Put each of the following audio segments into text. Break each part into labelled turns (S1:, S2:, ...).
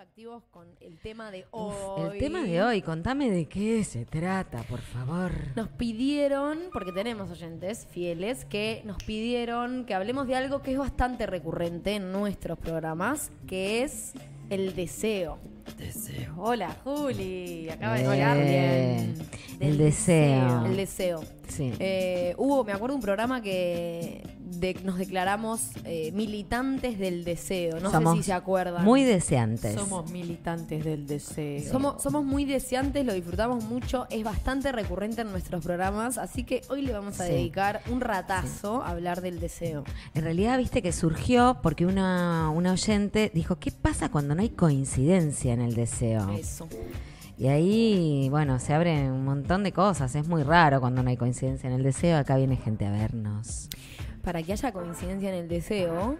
S1: activos con el tema de
S2: Uf,
S1: hoy.
S2: El tema de hoy, contame de qué se trata, por favor.
S1: Nos pidieron, porque tenemos oyentes fieles, que nos pidieron que hablemos de algo que es bastante recurrente en nuestros programas, que es el deseo. Deseo. Hola, Juli. Acaba de
S2: Eh,
S1: llegar bien.
S2: el deseo.
S1: El deseo.
S2: Sí.
S1: Eh, hubo, me acuerdo, un programa que de- nos declaramos eh, militantes del deseo. No
S2: Somos
S1: sé si se acuerdan.
S2: Muy deseantes.
S3: Somos militantes del deseo.
S1: Somos, somos muy deseantes, lo disfrutamos mucho, es bastante recurrente en nuestros programas, así que hoy le vamos a
S2: Sí.
S1: dedicar un ratazo a hablar del deseo.
S2: En realidad, viste que surgió porque una, una oyente dijo, ¿qué pasa cuando no hay coincidencia en el deseo?
S1: Eso.
S2: Y ahí, bueno, se abren un montón de cosas. Es muy raro cuando no hay coincidencia en el deseo. Acá viene gente a vernos.
S1: Para que haya coincidencia en el deseo,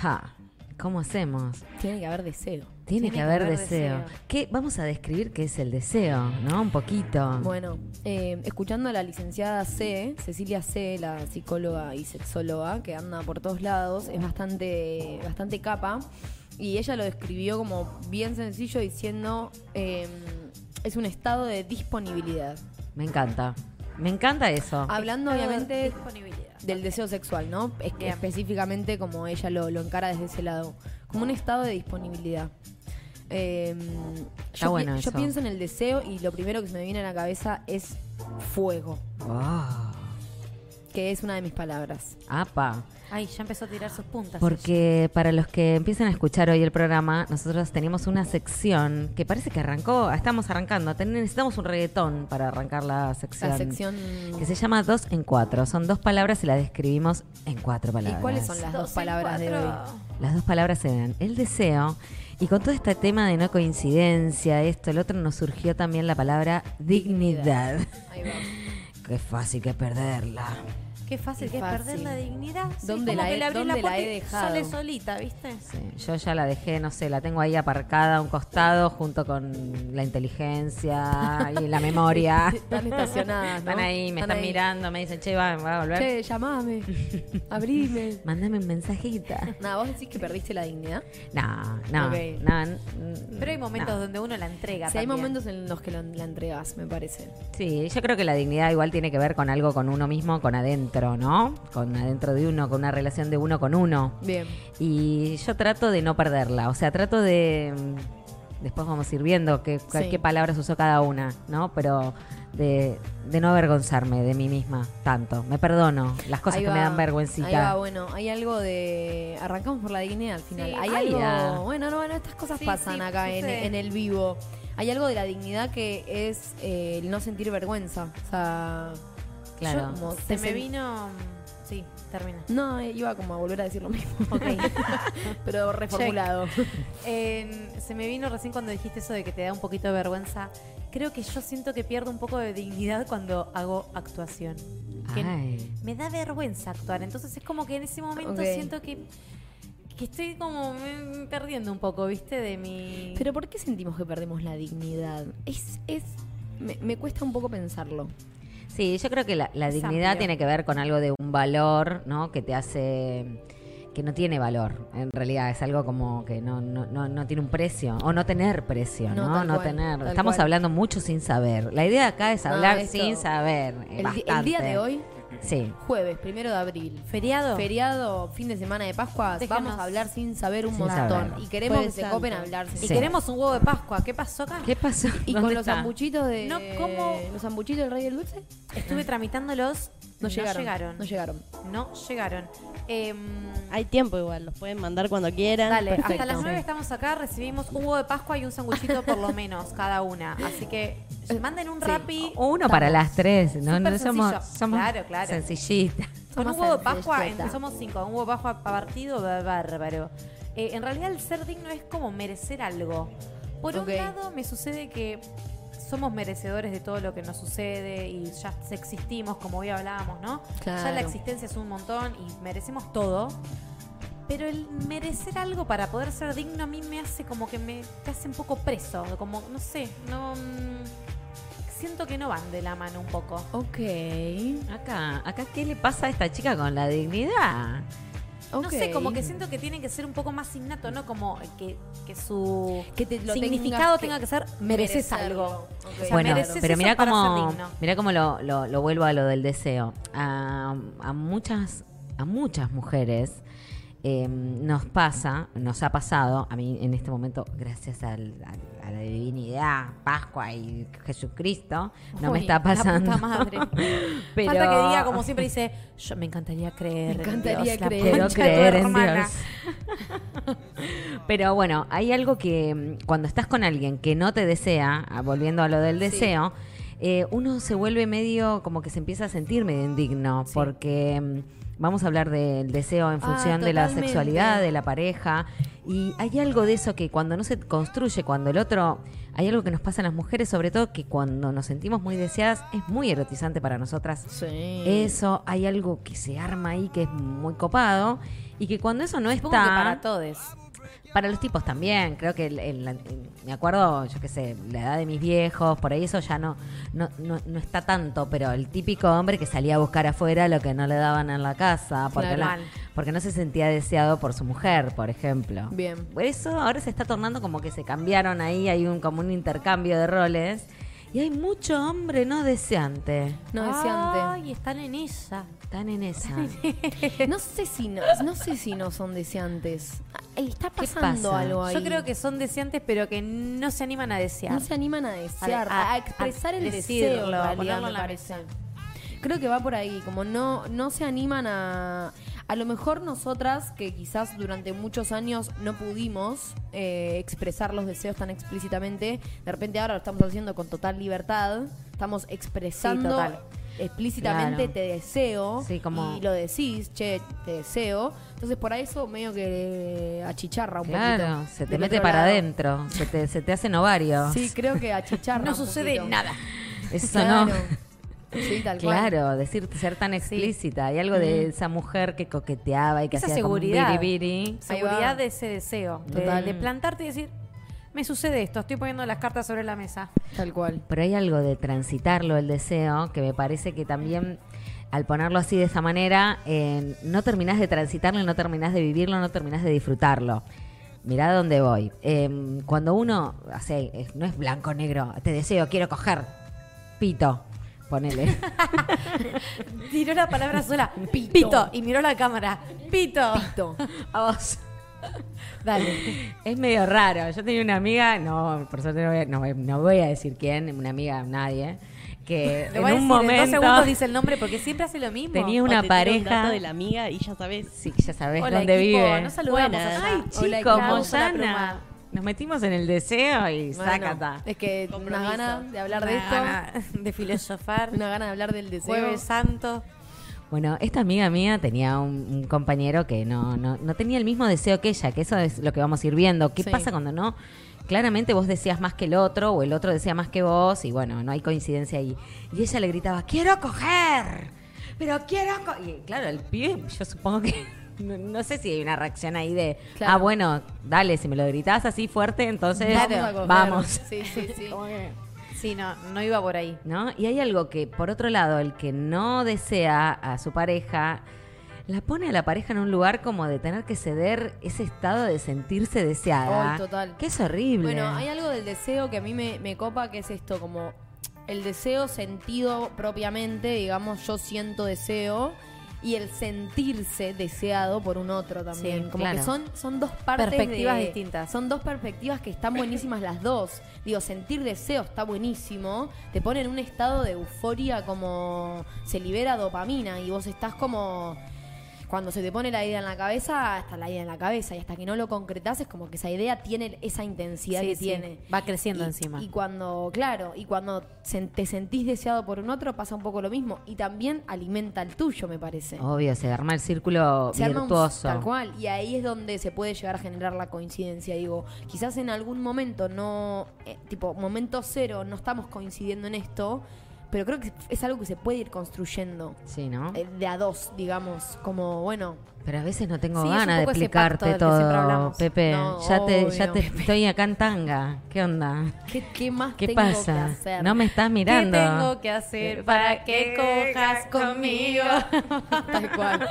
S2: Ja, ¿cómo hacemos?
S1: tiene que haber deseo.
S2: Tiene, que, haber, deseo. ¿Qué? Vamos a describir qué es el deseo, ¿no? Un poquito.
S1: Bueno, eh, escuchando a la licenciada C, Cecilia C, la psicóloga y sexóloga que anda por todos lados, es bastante, bastante capa. Y ella lo describió como bien sencillo diciendo, eh, es un estado de disponibilidad.
S2: Me encanta. Me encanta eso.
S1: Hablando
S3: Estado de
S1: obviamente
S3: disponibilidad.
S1: del deseo sexual, ¿no? Es que
S3: Bien.
S1: específicamente como ella lo, lo encara desde ese lado, como un estado de disponibilidad. Eh, yo,
S2: Está
S1: pi-
S2: bueno
S1: yo
S2: eso.
S1: pienso en el deseo y lo primero que se me viene a la cabeza es fuego, Ah.
S2: Oh,
S1: que es una de mis palabras.
S2: apa.
S3: Ay, ya empezó a tirar sus puntas.
S2: Porque para los que empiezan a escuchar hoy el programa, nosotros tenemos una sección que parece que arrancó, estamos arrancando, ten- necesitamos un reggaetón para arrancar la sección.
S1: La sección...
S2: Que se llama dos en cuatro. Son dos palabras y las describimos en
S1: ¿Y
S2: cuatro palabras.
S1: cuáles son las dos, palabras de hoy?
S2: Las dos palabras eran el deseo y con todo este tema de no coincidencia, esto, el otro, nos surgió también la palabra dignidad.
S1: Ahí va.
S2: Qué fácil que perderla.
S3: Qué fácil
S1: Qué
S3: que
S1: fácil.
S3: es perder la dignidad. Sí,
S1: ¿Dónde
S3: como
S1: la
S3: que
S1: he-
S3: le abrís
S1: dónde la
S3: puerta
S1: he
S3: y
S1: dejado?
S3: Sale solita, ¿viste?
S2: Sí, yo ya la dejé, no sé, la tengo ahí aparcada a un costado junto con la inteligencia y la memoria.
S1: Están estacionadas, ¿no?
S2: Están ahí, me están,
S1: ahí.
S2: mirando, me dicen, che, va, va a volver.
S1: Che, llamame, abrime.
S2: Mándame un mensajita.
S1: Nada, vos decís que perdiste la dignidad.
S2: No, no,
S1: Ok.
S2: no, n- n-
S3: Pero hay momentos
S2: no.
S3: donde uno la entrega.
S1: Mm. Si hay
S3: también.
S1: momentos en los que la, la entregas, me parece.
S2: Sí, yo creo que la dignidad igual tiene que ver con algo con uno mismo, con adentro, ¿no? Con adentro de uno, con una relación de uno con uno.
S1: Bien.
S2: Y yo trato de no perderla, o sea, trato de... mm, Después vamos a ir viendo qué, qué-
S1: Sí.
S2: qué palabras usó cada una, ¿no? Pero de, de no avergonzarme de mí misma tanto. Me perdono las cosas
S1: Ahí
S2: que me
S1: va,
S2: dan
S1: Ahí va,
S2: vergüencita.
S1: bueno, hay algo de. Arrancamos por la dignidad al final.
S3: Sí.
S1: hay
S2: Ay,
S1: algo.
S2: ya.
S1: Bueno, no, bueno, estas cosas
S3: Sí,
S1: pasan
S3: sí,
S1: acá en,
S3: sucede.
S1: en el vivo. Hay algo de la dignidad que es eh, el no sentir vergüenza. O sea.
S2: Claro.
S1: yo como
S3: Se
S1: te
S3: me
S1: sen-
S3: vino. Sí, termina.
S1: No, eh, iba como a volver a decir lo mismo.
S3: Ok.
S1: Pero reformulado.
S3: Eh, se me vino recién cuando dijiste eso de que te da un poquito de vergüenza. Creo que yo siento que pierdo un poco de dignidad cuando hago actuación. Que
S1: Ah.
S2: Ay.
S3: me da vergüenza actuar. Entonces es como que en ese momento
S1: Ok.
S3: siento que, que estoy como mm, perdiendo un poco, ¿viste? De mi.
S1: Pero ¿por qué sentimos que perdemos la dignidad? Es. es me, me cuesta un poco pensarlo.
S2: Sí, yo creo que la, la
S3: Es
S2: dignidad
S3: amplio.
S2: tiene que ver con algo de un valor, ¿no? Que te hace que no tiene valor, en realidad es algo como que no, no, no, no tiene un precio, o no tener precio,
S1: No,
S2: ¿no? No,
S1: tal cual,
S2: tener.
S1: tal
S2: Estamos
S1: cual.
S2: hablando mucho sin saber. La idea acá es
S1: No,
S2: hablar
S1: esto-
S2: sin saber. eh,
S1: El, di- el día
S2: bastante.
S1: de hoy,
S2: Sí.
S1: jueves, primero de abril.
S3: ¿Feriado?
S1: Feriado, fin de semana de Pascua,
S3: Déjenos.
S1: vamos a hablar sin saber un
S2: Sin
S1: montón.
S2: saber.
S1: Y queremos
S3: Jueves
S1: que se
S3: Santo.
S1: copen a hablar. sin
S3: Y
S2: Sí.
S1: saber.
S3: queremos un huevo de Pascua. ¿Qué pasó acá?
S2: ¿Qué pasó?
S1: Y
S2: ¿Dónde
S1: con los
S2: está?
S1: sanguchitos de.
S3: No, ¿cómo?
S1: ¿Los sanguchitos del Rey del Dulce?
S3: Estuve tramitándolos.
S1: No, llegaron,
S3: llegaron.
S1: No llegaron.
S3: No llegaron. Em,
S4: Hay tiempo igual, los pueden mandar cuando quieran.
S3: Dale, hasta
S1: Perfecto.
S3: las 9
S1: Sí.
S3: estamos acá, recibimos un huevo de Pascua y un sanguchito por lo menos cada una. Así que manden un
S1: Sí.
S3: rapi
S2: O uno para las tres, ¿no?
S3: Súper
S2: No somos,
S3: sencillo.
S2: somos
S3: Claro, claro.
S2: sencillitas.
S3: con un
S1: Somos
S3: huevo de Pascua,
S1: sencilleta.
S3: en- somos cinco, un huevo de Pascua pa- partido bá- bárbaro. Eh, en realidad el ser digno es como merecer algo. Por
S1: Ok.
S3: un lado me sucede que somos merecedores de todo lo que nos sucede y ya existimos, como hoy hablábamos, ¿no? Ya la
S1: Claro.
S3: existencia es un montón y merecemos todo. Pero el merecer algo para poder ser digno a mí me hace como que me te hace un poco preso, como no sé, no mm, siento que no van de la mano un poco.
S1: Ok.
S2: Acá, acá, ¿qué le pasa a esta chica con la dignidad?
S3: No sé, como que siento que tiene que ser un poco más innato, ¿no? Como eh, que, que su
S1: Que te lo
S3: significado tenga
S1: tengas
S3: que ser mereces algo.
S1: Ok.
S3: O sea,
S2: Bueno,
S3: mereces
S2: pero
S3: eso
S2: mira
S3: para
S2: cómo,
S3: ser digno.
S2: mira cómo lo, lo- lo vuelvo a lo del deseo. A, a muchas, a muchas mujeres eh, nos pasa, nos ha pasado, a mí en este momento, gracias al- al- a la divinidad, Pascua y Jesucristo, no me
S3: Uy,
S2: está pasando.
S3: La puta madre.
S2: Pero-
S3: Falta que diga, como siempre dice, yo me encantaría creer.
S1: Me encantaría
S3: en Dios, la
S1: creer.
S2: Quiero
S3: concha de tu
S2: creer en
S3: hermana.
S2: Dios. Pero bueno, hay algo que mm, cuando estás con alguien que no te desea, ah, volviendo a lo del deseo, eh, uno se vuelve medio como que se empieza a sentir medio indigno, porque mm, vamos a hablar del deseo en
S1: Ah,
S2: función de la
S1: totalmente.
S2: sexualidad, de la pareja, y hay algo de eso que cuando no se construye, cuando el otro, hay algo que nos pasa a las mujeres, sobre todo que cuando nos sentimos muy deseadas, es muy erotizante para nosotras
S1: Sí.
S3: Eh.
S2: eso, hay algo que se arma ahí que es muy copado y que cuando eso no
S3: Supongo
S2: está,
S3: que para todos.
S2: para los tipos también, creo que el- el- el- me acuerdo, yo qué sé, la edad de mis viejos, por ahí eso ya no, no, no, no está tanto, pero el típico hombre que salía a buscar afuera lo que no le daban en la casa, porque,
S3: Claro.
S2: no-
S3: Mal.
S2: porque no se sentía deseado por su mujer, por ejemplo.
S1: Bien.
S2: Por eso ahora se está tornando como que se cambiaron ahí, hay un, como un intercambio de roles. Y hay mucho hombre no deseante.
S1: No deseante.
S3: Ay, están en ella.
S2: Están en esa.
S1: No sé si no, no sé si no son deseantes. Ah, Está
S2: ¿Qué
S1: pasando
S2: pasa?
S1: algo ahí.
S3: Yo creo que son deseantes, pero que no se animan a desear.
S1: no se animan a desear,
S3: A-
S1: a,
S3: a-
S1: expresar
S3: a
S1: el
S3: decirlo,
S1: deseo, en
S3: a
S1: realidad,
S3: ponerlo
S1: me
S3: en la
S1: parece. Creo que va por ahí, como no, no se animan a... A lo mejor nosotras, que quizás durante muchos años no pudimos eh, expresar los deseos tan explícitamente, de repente ahora lo estamos haciendo con total libertad, estamos expresando
S3: Sí, total.
S1: explícitamente
S2: Claro.
S1: te deseo
S2: Sí, como-
S1: y lo decís, che, te deseo. Entonces por ahí eso medio que eh, achicharra un
S2: Claro,
S1: poquito.
S2: se te
S1: del
S2: mete
S1: otro
S2: para
S1: lado.
S2: adentro, se te, se te hacen ovarios.
S1: Sí, creo que achicharra
S3: No
S1: un
S3: sucede
S1: poquito.
S3: nada.
S2: Eso
S1: Claro.
S2: no.
S1: Sí, tal cual.
S2: Claro, decir, ser tan explícita. Hay algo de esa mujer que coqueteaba y que
S3: Esa
S2: hacía como un
S3: seguridad.
S2: biribiri.
S1: Ahí va.
S3: Seguridad de ese deseo. De,
S1: Total.
S3: de plantarte y decir, me sucede esto, estoy poniendo las cartas sobre la mesa.
S1: Tal cual.
S2: Pero hay algo de transitarlo el deseo que me parece que también al ponerlo así de esa manera, eh, no terminás de transitarlo, no terminás de vivirlo, no terminás de disfrutarlo. Mirá dónde voy. Eh, cuando uno, o sea, es- no es blanco negro, te deseo, quiero coger, pito, ponele.
S3: Tiró la palabra sola, pito. Y miró la cámara, pito.
S1: Pito.
S2: A vos. Dale. Es medio raro. Yo tenía una amiga, no, por suerte no voy a, no voy- no voy a decir quién, una amiga, nadie, que
S3: Le
S2: en
S3: voy
S2: un
S3: a decir, en dos
S2: momento
S3: segundos dice el nombre porque siempre hace lo mismo.
S2: tenía
S4: O
S2: una
S4: te tira un
S2: pareja.
S4: dato de la amiga y ya sabes.
S2: Sí, ya sabes
S3: Hola,
S2: dónde
S3: equipo,
S2: vive.
S3: no saludamos
S4: Buenas.
S3: allá.
S2: Ay,
S1: Hola,
S2: chico,
S1: equipo,
S3: hola,
S2: Moyana.
S3: pluma.
S2: Nos metimos en el deseo y
S1: Bueno,
S2: sácata.
S1: Es que una
S4: Compromiso.
S1: gana de hablar de
S3: Una
S1: esto,
S3: gana de filosofar.
S1: una gana de hablar del deseo.
S3: Jueves Santo.
S2: Bueno, esta amiga mía tenía un, un compañero que no, no, no tenía el mismo deseo que ella, que eso es lo que vamos a ir viendo. ¿Qué
S1: Sí.
S2: pasa cuando no? Claramente vos deseas más que el otro o el otro desea más que vos y bueno, no hay coincidencia ahí. Y ella le gritaba, quiero coger, pero quiero... co-". Y claro, el pibe, yo supongo que... No, no sé si hay una reacción ahí de,
S1: Claro.
S2: ah, bueno, dale, si me lo gritás así fuerte, entonces
S1: a coger.
S2: vamos.
S1: Sí, sí, sí.
S3: Sí, no, no iba por ahí.
S2: ¿no? Y hay algo que, por otro lado, el que no desea a su pareja, la pone a la pareja en un lugar como de tener que ceder ese estado de sentirse deseada.
S1: Ay, total.
S2: Que es horrible.
S1: Bueno, hay algo del deseo que a mí me, me copa, que es esto, como el deseo sentido propiamente, digamos, yo siento deseo, y el sentirse deseado por un otro también.
S2: Sí,
S1: como
S2: claro.
S1: que son, son dos partes.
S3: Perspectivas
S1: de-
S3: distintas.
S1: Son dos perspectivas que están buenísimas las dos. Digo, sentir deseo está buenísimo, te pone en un estado de euforia, como se libera dopamina, y vos estás como cuando se te pone la idea en la cabeza, está la idea en la cabeza. Y hasta que no lo concretás, es como que esa idea tiene esa intensidad
S3: Sí,
S1: que
S3: sí,
S1: tiene.
S3: va creciendo
S1: Y-
S3: encima.
S1: Y cuando, claro, y cuando sen- te sentís deseado por un otro, pasa un poco lo mismo. Y también alimenta el tuyo, me parece.
S3: Oh,
S2: Obvio, se arma el círculo
S1: Se arma un-
S2: virtuoso.
S1: tal cual. Y ahí es donde se puede llegar a generar la coincidencia. Digo, quizás en algún momento no. eh, tipo, momento cero, no estamos coincidiendo en esto. Pero creo que es algo que se puede ir construyendo
S2: Sí, ¿no?
S1: eh, de a dos, digamos. Como, bueno,
S2: Pero a veces no tengo
S3: Sí, es un
S2: ganas de
S3: poco ese
S2: explicarte
S3: pacto del que siempre
S2: todo,
S3: hablamos.
S2: Pepe.
S1: No,
S2: ya te,
S1: obvio.
S2: ya te estoy acá en tanga. ¿Qué onda?
S1: ¿qué, qué más
S2: ¿Qué
S1: tengo
S2: pasa?
S1: que hacer? Eh,
S2: No me estás mirando.
S3: ¿Qué tengo que hacer Eh, para que cojas conmigo?
S1: Tal cual.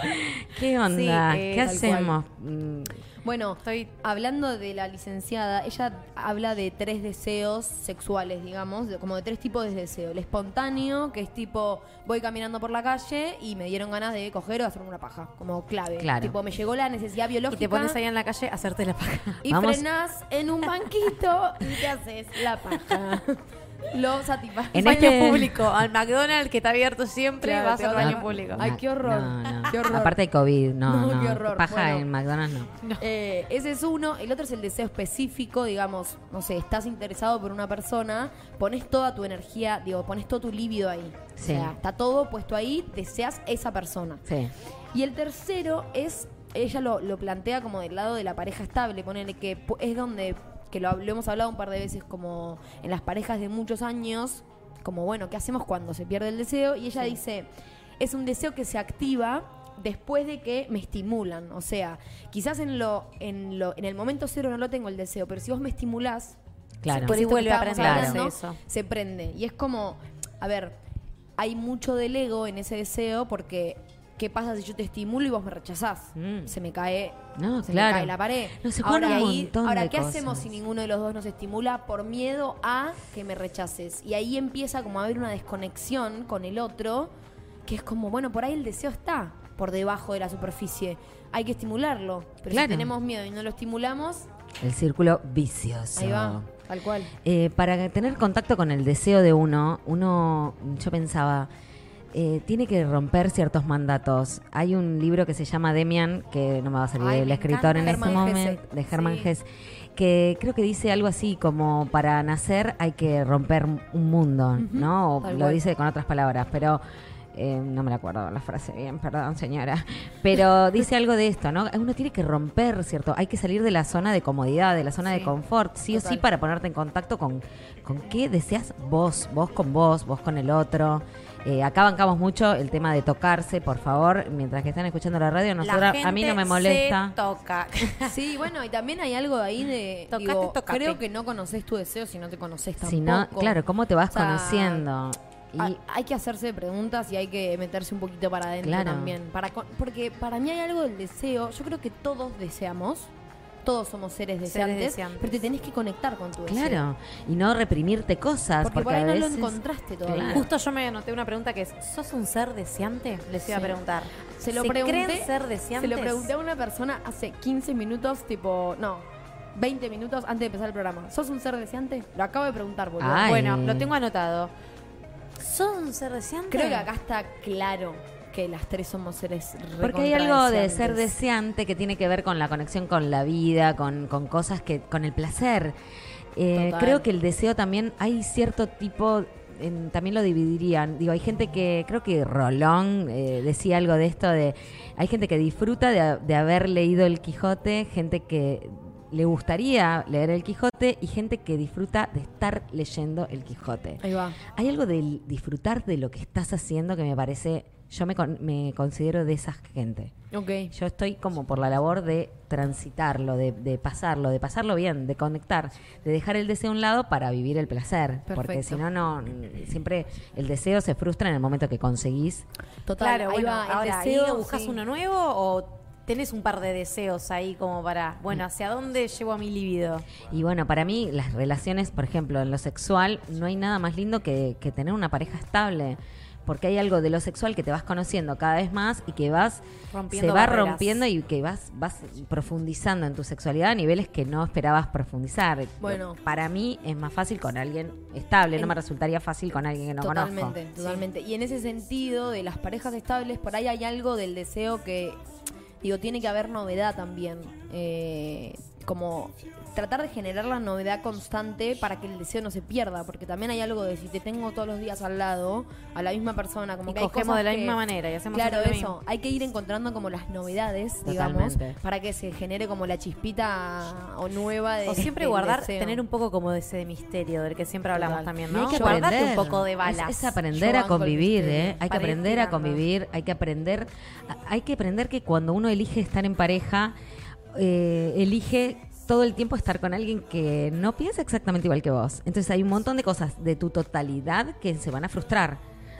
S2: ¿Qué onda?
S3: Sí, eh,
S2: ¿Qué
S1: tal
S2: hacemos? Mm,
S1: Bueno,
S3: Estoy-
S1: hablando de la licenciada, ella habla de tres deseos sexuales, digamos, de- como de tres tipos de deseo. El espontáneo, que es tipo, voy caminando por la calle y me dieron ganas de coger o hacerme una paja, como clave.
S2: Claro.
S1: Tipo, me llegó la necesidad biológica.
S3: Y te pones ahí en la calle a hacerte la paja.
S1: y
S2: Vamos.
S1: frenás en un banquito y te haces la paja. Lo satisfaces.
S2: En
S3: baño
S2: este-
S3: público, al McDonald's que está abierto siempre,
S1: Claro,
S3: vas
S1: te
S3: al
S1: vas a-
S3: baño público.
S1: Ay, qué horror.
S2: Ah, No, no.
S1: Qué horror.
S2: Aparte de COVID, no,
S1: No,
S2: no.
S1: qué horror.
S2: Paja
S1: Bueno.
S2: en McDonald's no.
S1: Eh, ese es uno. El otro es el deseo específico, digamos, no sé, estás interesado por una persona, pones toda tu energía, digo, pones todo tu líbido ahí. O
S2: Sí.
S1: sea, está todo puesto ahí, deseas esa persona.
S2: Sí.
S1: Y el tercero es, ella lo, lo plantea como del lado de la pareja estable, ponele que pu- es donde, que lo, hab- lo hemos hablado un par de veces, como en las parejas de muchos años, como bueno, ¿qué hacemos cuando se pierde el deseo? Y ella dice, es un deseo que se activa después de que me estimulan, o sea, quizás en lo en lo en el momento cero no lo tengo el deseo, pero si vos me estimulás,
S2: Claro.
S1: por
S3: Sí,
S1: esto que
S3: vuelve a
S1: estábamos
S3: prenderse
S1: hablando,
S3: eso.
S1: se prende. Y es como, a ver, hay mucho del ego en ese deseo porque ¿qué pasa si yo te estimulo y vos me rechazás?
S2: Mm.
S1: Se me cae,
S2: No,
S1: se
S2: claro.
S1: me cae la pared.
S2: No, se juegan
S1: ahora
S2: un
S1: ahí-
S2: montón
S1: ahora
S2: de
S1: ¿qué hacemos
S2: cosas.
S1: si ninguno de los dos nos estimula por miedo a que me rechaces? Y ahí empieza como a haber una desconexión con el otro, que es como, bueno, por ahí el deseo está por debajo de la superficie. Hay que estimularlo. Pero
S2: Claro.
S1: si tenemos miedo y no lo estimulamos,
S2: El círculo vicioso.
S1: ahí va, tal cual.
S2: Eh, para tener contacto con el deseo de uno, uno, yo pensaba, eh, tiene que romper ciertos mandatos. Hay un libro que se llama Demian, que no me va a salir
S1: Ay,
S2: el
S1: me
S2: escritor
S1: encanta.
S2: en este
S1: Hermann Hesse.
S2: momento, de Hermann
S1: Sí.
S2: Hesse, que creo que dice algo así como para nacer hay que romper un mundo, ¿no? O
S1: tal
S2: lo
S1: cual.
S2: dice con otras palabras, pero... eh, no me la acuerdo la frase bien, perdón señora, pero dice algo de esto, ¿no? Uno tiene que romper, ¿cierto? Hay que salir de la zona de comodidad, de la zona de
S1: Sí.
S2: confort, sí o sí
S1: Total.
S2: para ponerte en contacto con, con qué deseas vos, vos con vos, vos con el otro. Eh, acá bancamos mucho el tema de tocarse, por favor, mientras que están escuchando la radio,
S3: La
S2: nosotros, a mí
S3: gente
S2: no me
S3: se
S2: molesta.
S3: toca.
S1: Sí, bueno, y también hay algo ahí de.
S3: Tocate,
S1: digo,
S3: tocate.
S1: Creo que no conoces tu deseo si no te conoces tampoco.
S2: Si no, claro, ¿cómo te vas
S1: O sea, ah,
S2: conociendo? Y
S1: ha- hay que hacerse preguntas y hay que meterse un poquito para adentro
S2: Claro.
S1: también. Para, con- porque para mí hay algo del deseo. Yo creo que todos deseamos. Todos somos seres deseantes,
S3: deseantes.
S1: Pero te tenés que conectar con tu deseo.
S2: claro, y no reprimirte cosas,
S1: Porque,
S2: porque,
S1: por ahí
S2: a
S1: no lo
S2: veces-
S1: encontraste todavía.
S2: Claro.
S3: Justo yo me anoté una pregunta que es, ¿sos un ser deseante? Les iba a
S1: Sí.
S3: preguntar.
S1: Se lo
S3: creen
S1: pregunté.
S3: ser deseantes?
S1: Se lo pregunté a una persona hace 15 minutos, tipo. No, 20 minutos antes de empezar el programa. ¿Sos un ser deseante? Lo acabo de preguntar, boludo.
S2: Ay.
S3: Bueno, lo tengo anotado. ¿Sos un ser deseante?
S1: Creo que acá está claro que las tres somos seres
S2: Porque hay algo de ser
S1: deseantes.
S2: deseante que tiene que ver con la conexión con la vida, con, con cosas que, con el placer. Eh,
S1: Total.
S2: creo que el deseo también hay cierto tipo, en- también lo dividirían. Digo, hay gente que, creo que Rolón eh, decía algo de esto de, hay gente que disfruta de, de haber leído El Quijote, gente que le gustaría leer El Quijote y gente que disfruta de estar leyendo El Quijote.
S1: Ahí va.
S2: Hay algo del disfrutar de lo que estás haciendo que me parece, yo me, con- me considero de esa gente.
S1: Ok.
S2: Yo estoy como por la labor de transitarlo, de, de pasarlo, de pasarlo bien, de conectar, de dejar el deseo a un lado para vivir el placer. Porque
S1: Perfecto.
S2: si no, no, siempre el deseo se frustra en el momento que conseguís.
S1: Total,
S3: Claro,
S1: ahí
S3: bueno,
S1: va. el
S3: ahora, ¿ahí
S1: deseo,
S3: buscas
S1: sí.
S3: uno nuevo o tenés un par de deseos ahí como para, bueno, ¿hacia dónde llevo a mi libido?
S2: Y bueno, para mí las relaciones, por ejemplo, en lo sexual, no hay nada más lindo que, que tener una pareja estable. Porque hay algo de lo sexual que te vas conociendo cada vez más y que vas
S3: Rompiendo
S2: se va
S3: barreras.
S2: rompiendo y que vas vas profundizando en tu sexualidad a niveles que no esperabas profundizar.
S1: Bueno.
S2: para mí es más fácil con alguien estable, no
S1: En-
S2: me resultaría fácil con alguien que no
S1: Totalmente,
S2: conozco.
S1: totalmente. Y en ese sentido, de las parejas estables, por ahí hay algo del deseo que, digo, tiene que haber novedad también. Eh, como tratar de generar la novedad constante para que el deseo no se pierda, porque también hay algo de si te tengo todos los días al lado, a la misma persona, como
S3: Y
S1: que hay
S3: cogemos
S1: cosas
S3: de la
S1: que-
S3: misma manera y hacemos
S1: Claro,
S3: siempre lo
S1: eso, hay que ir encontrando como las novedades,
S2: Totalmente.
S1: digamos, para que se genere como la chispita o nueva de
S3: O siempre
S1: del
S3: guardar,
S1: deseo.
S3: tener un poco como de ese misterio del que siempre hablamos
S1: Total.
S3: también,
S2: Y
S3: ¿no?
S2: hay que
S3: Guardarte
S2: aprender.
S3: un poco de balas.
S2: Es, es aprender
S1: Yo
S2: a
S1: banco el
S2: convivir,
S1: misterio.
S2: ¿eh? Hay que
S3: Para ir
S2: aprender a
S3: tirando.
S2: convivir, hay que aprender, a- hay que aprender que cuando uno elige estar en pareja, eh, elige todo el tiempo estar con alguien que no piensa exactamente igual que vos. Entonces hay un montón de cosas de tu totalidad que se van a frustrar.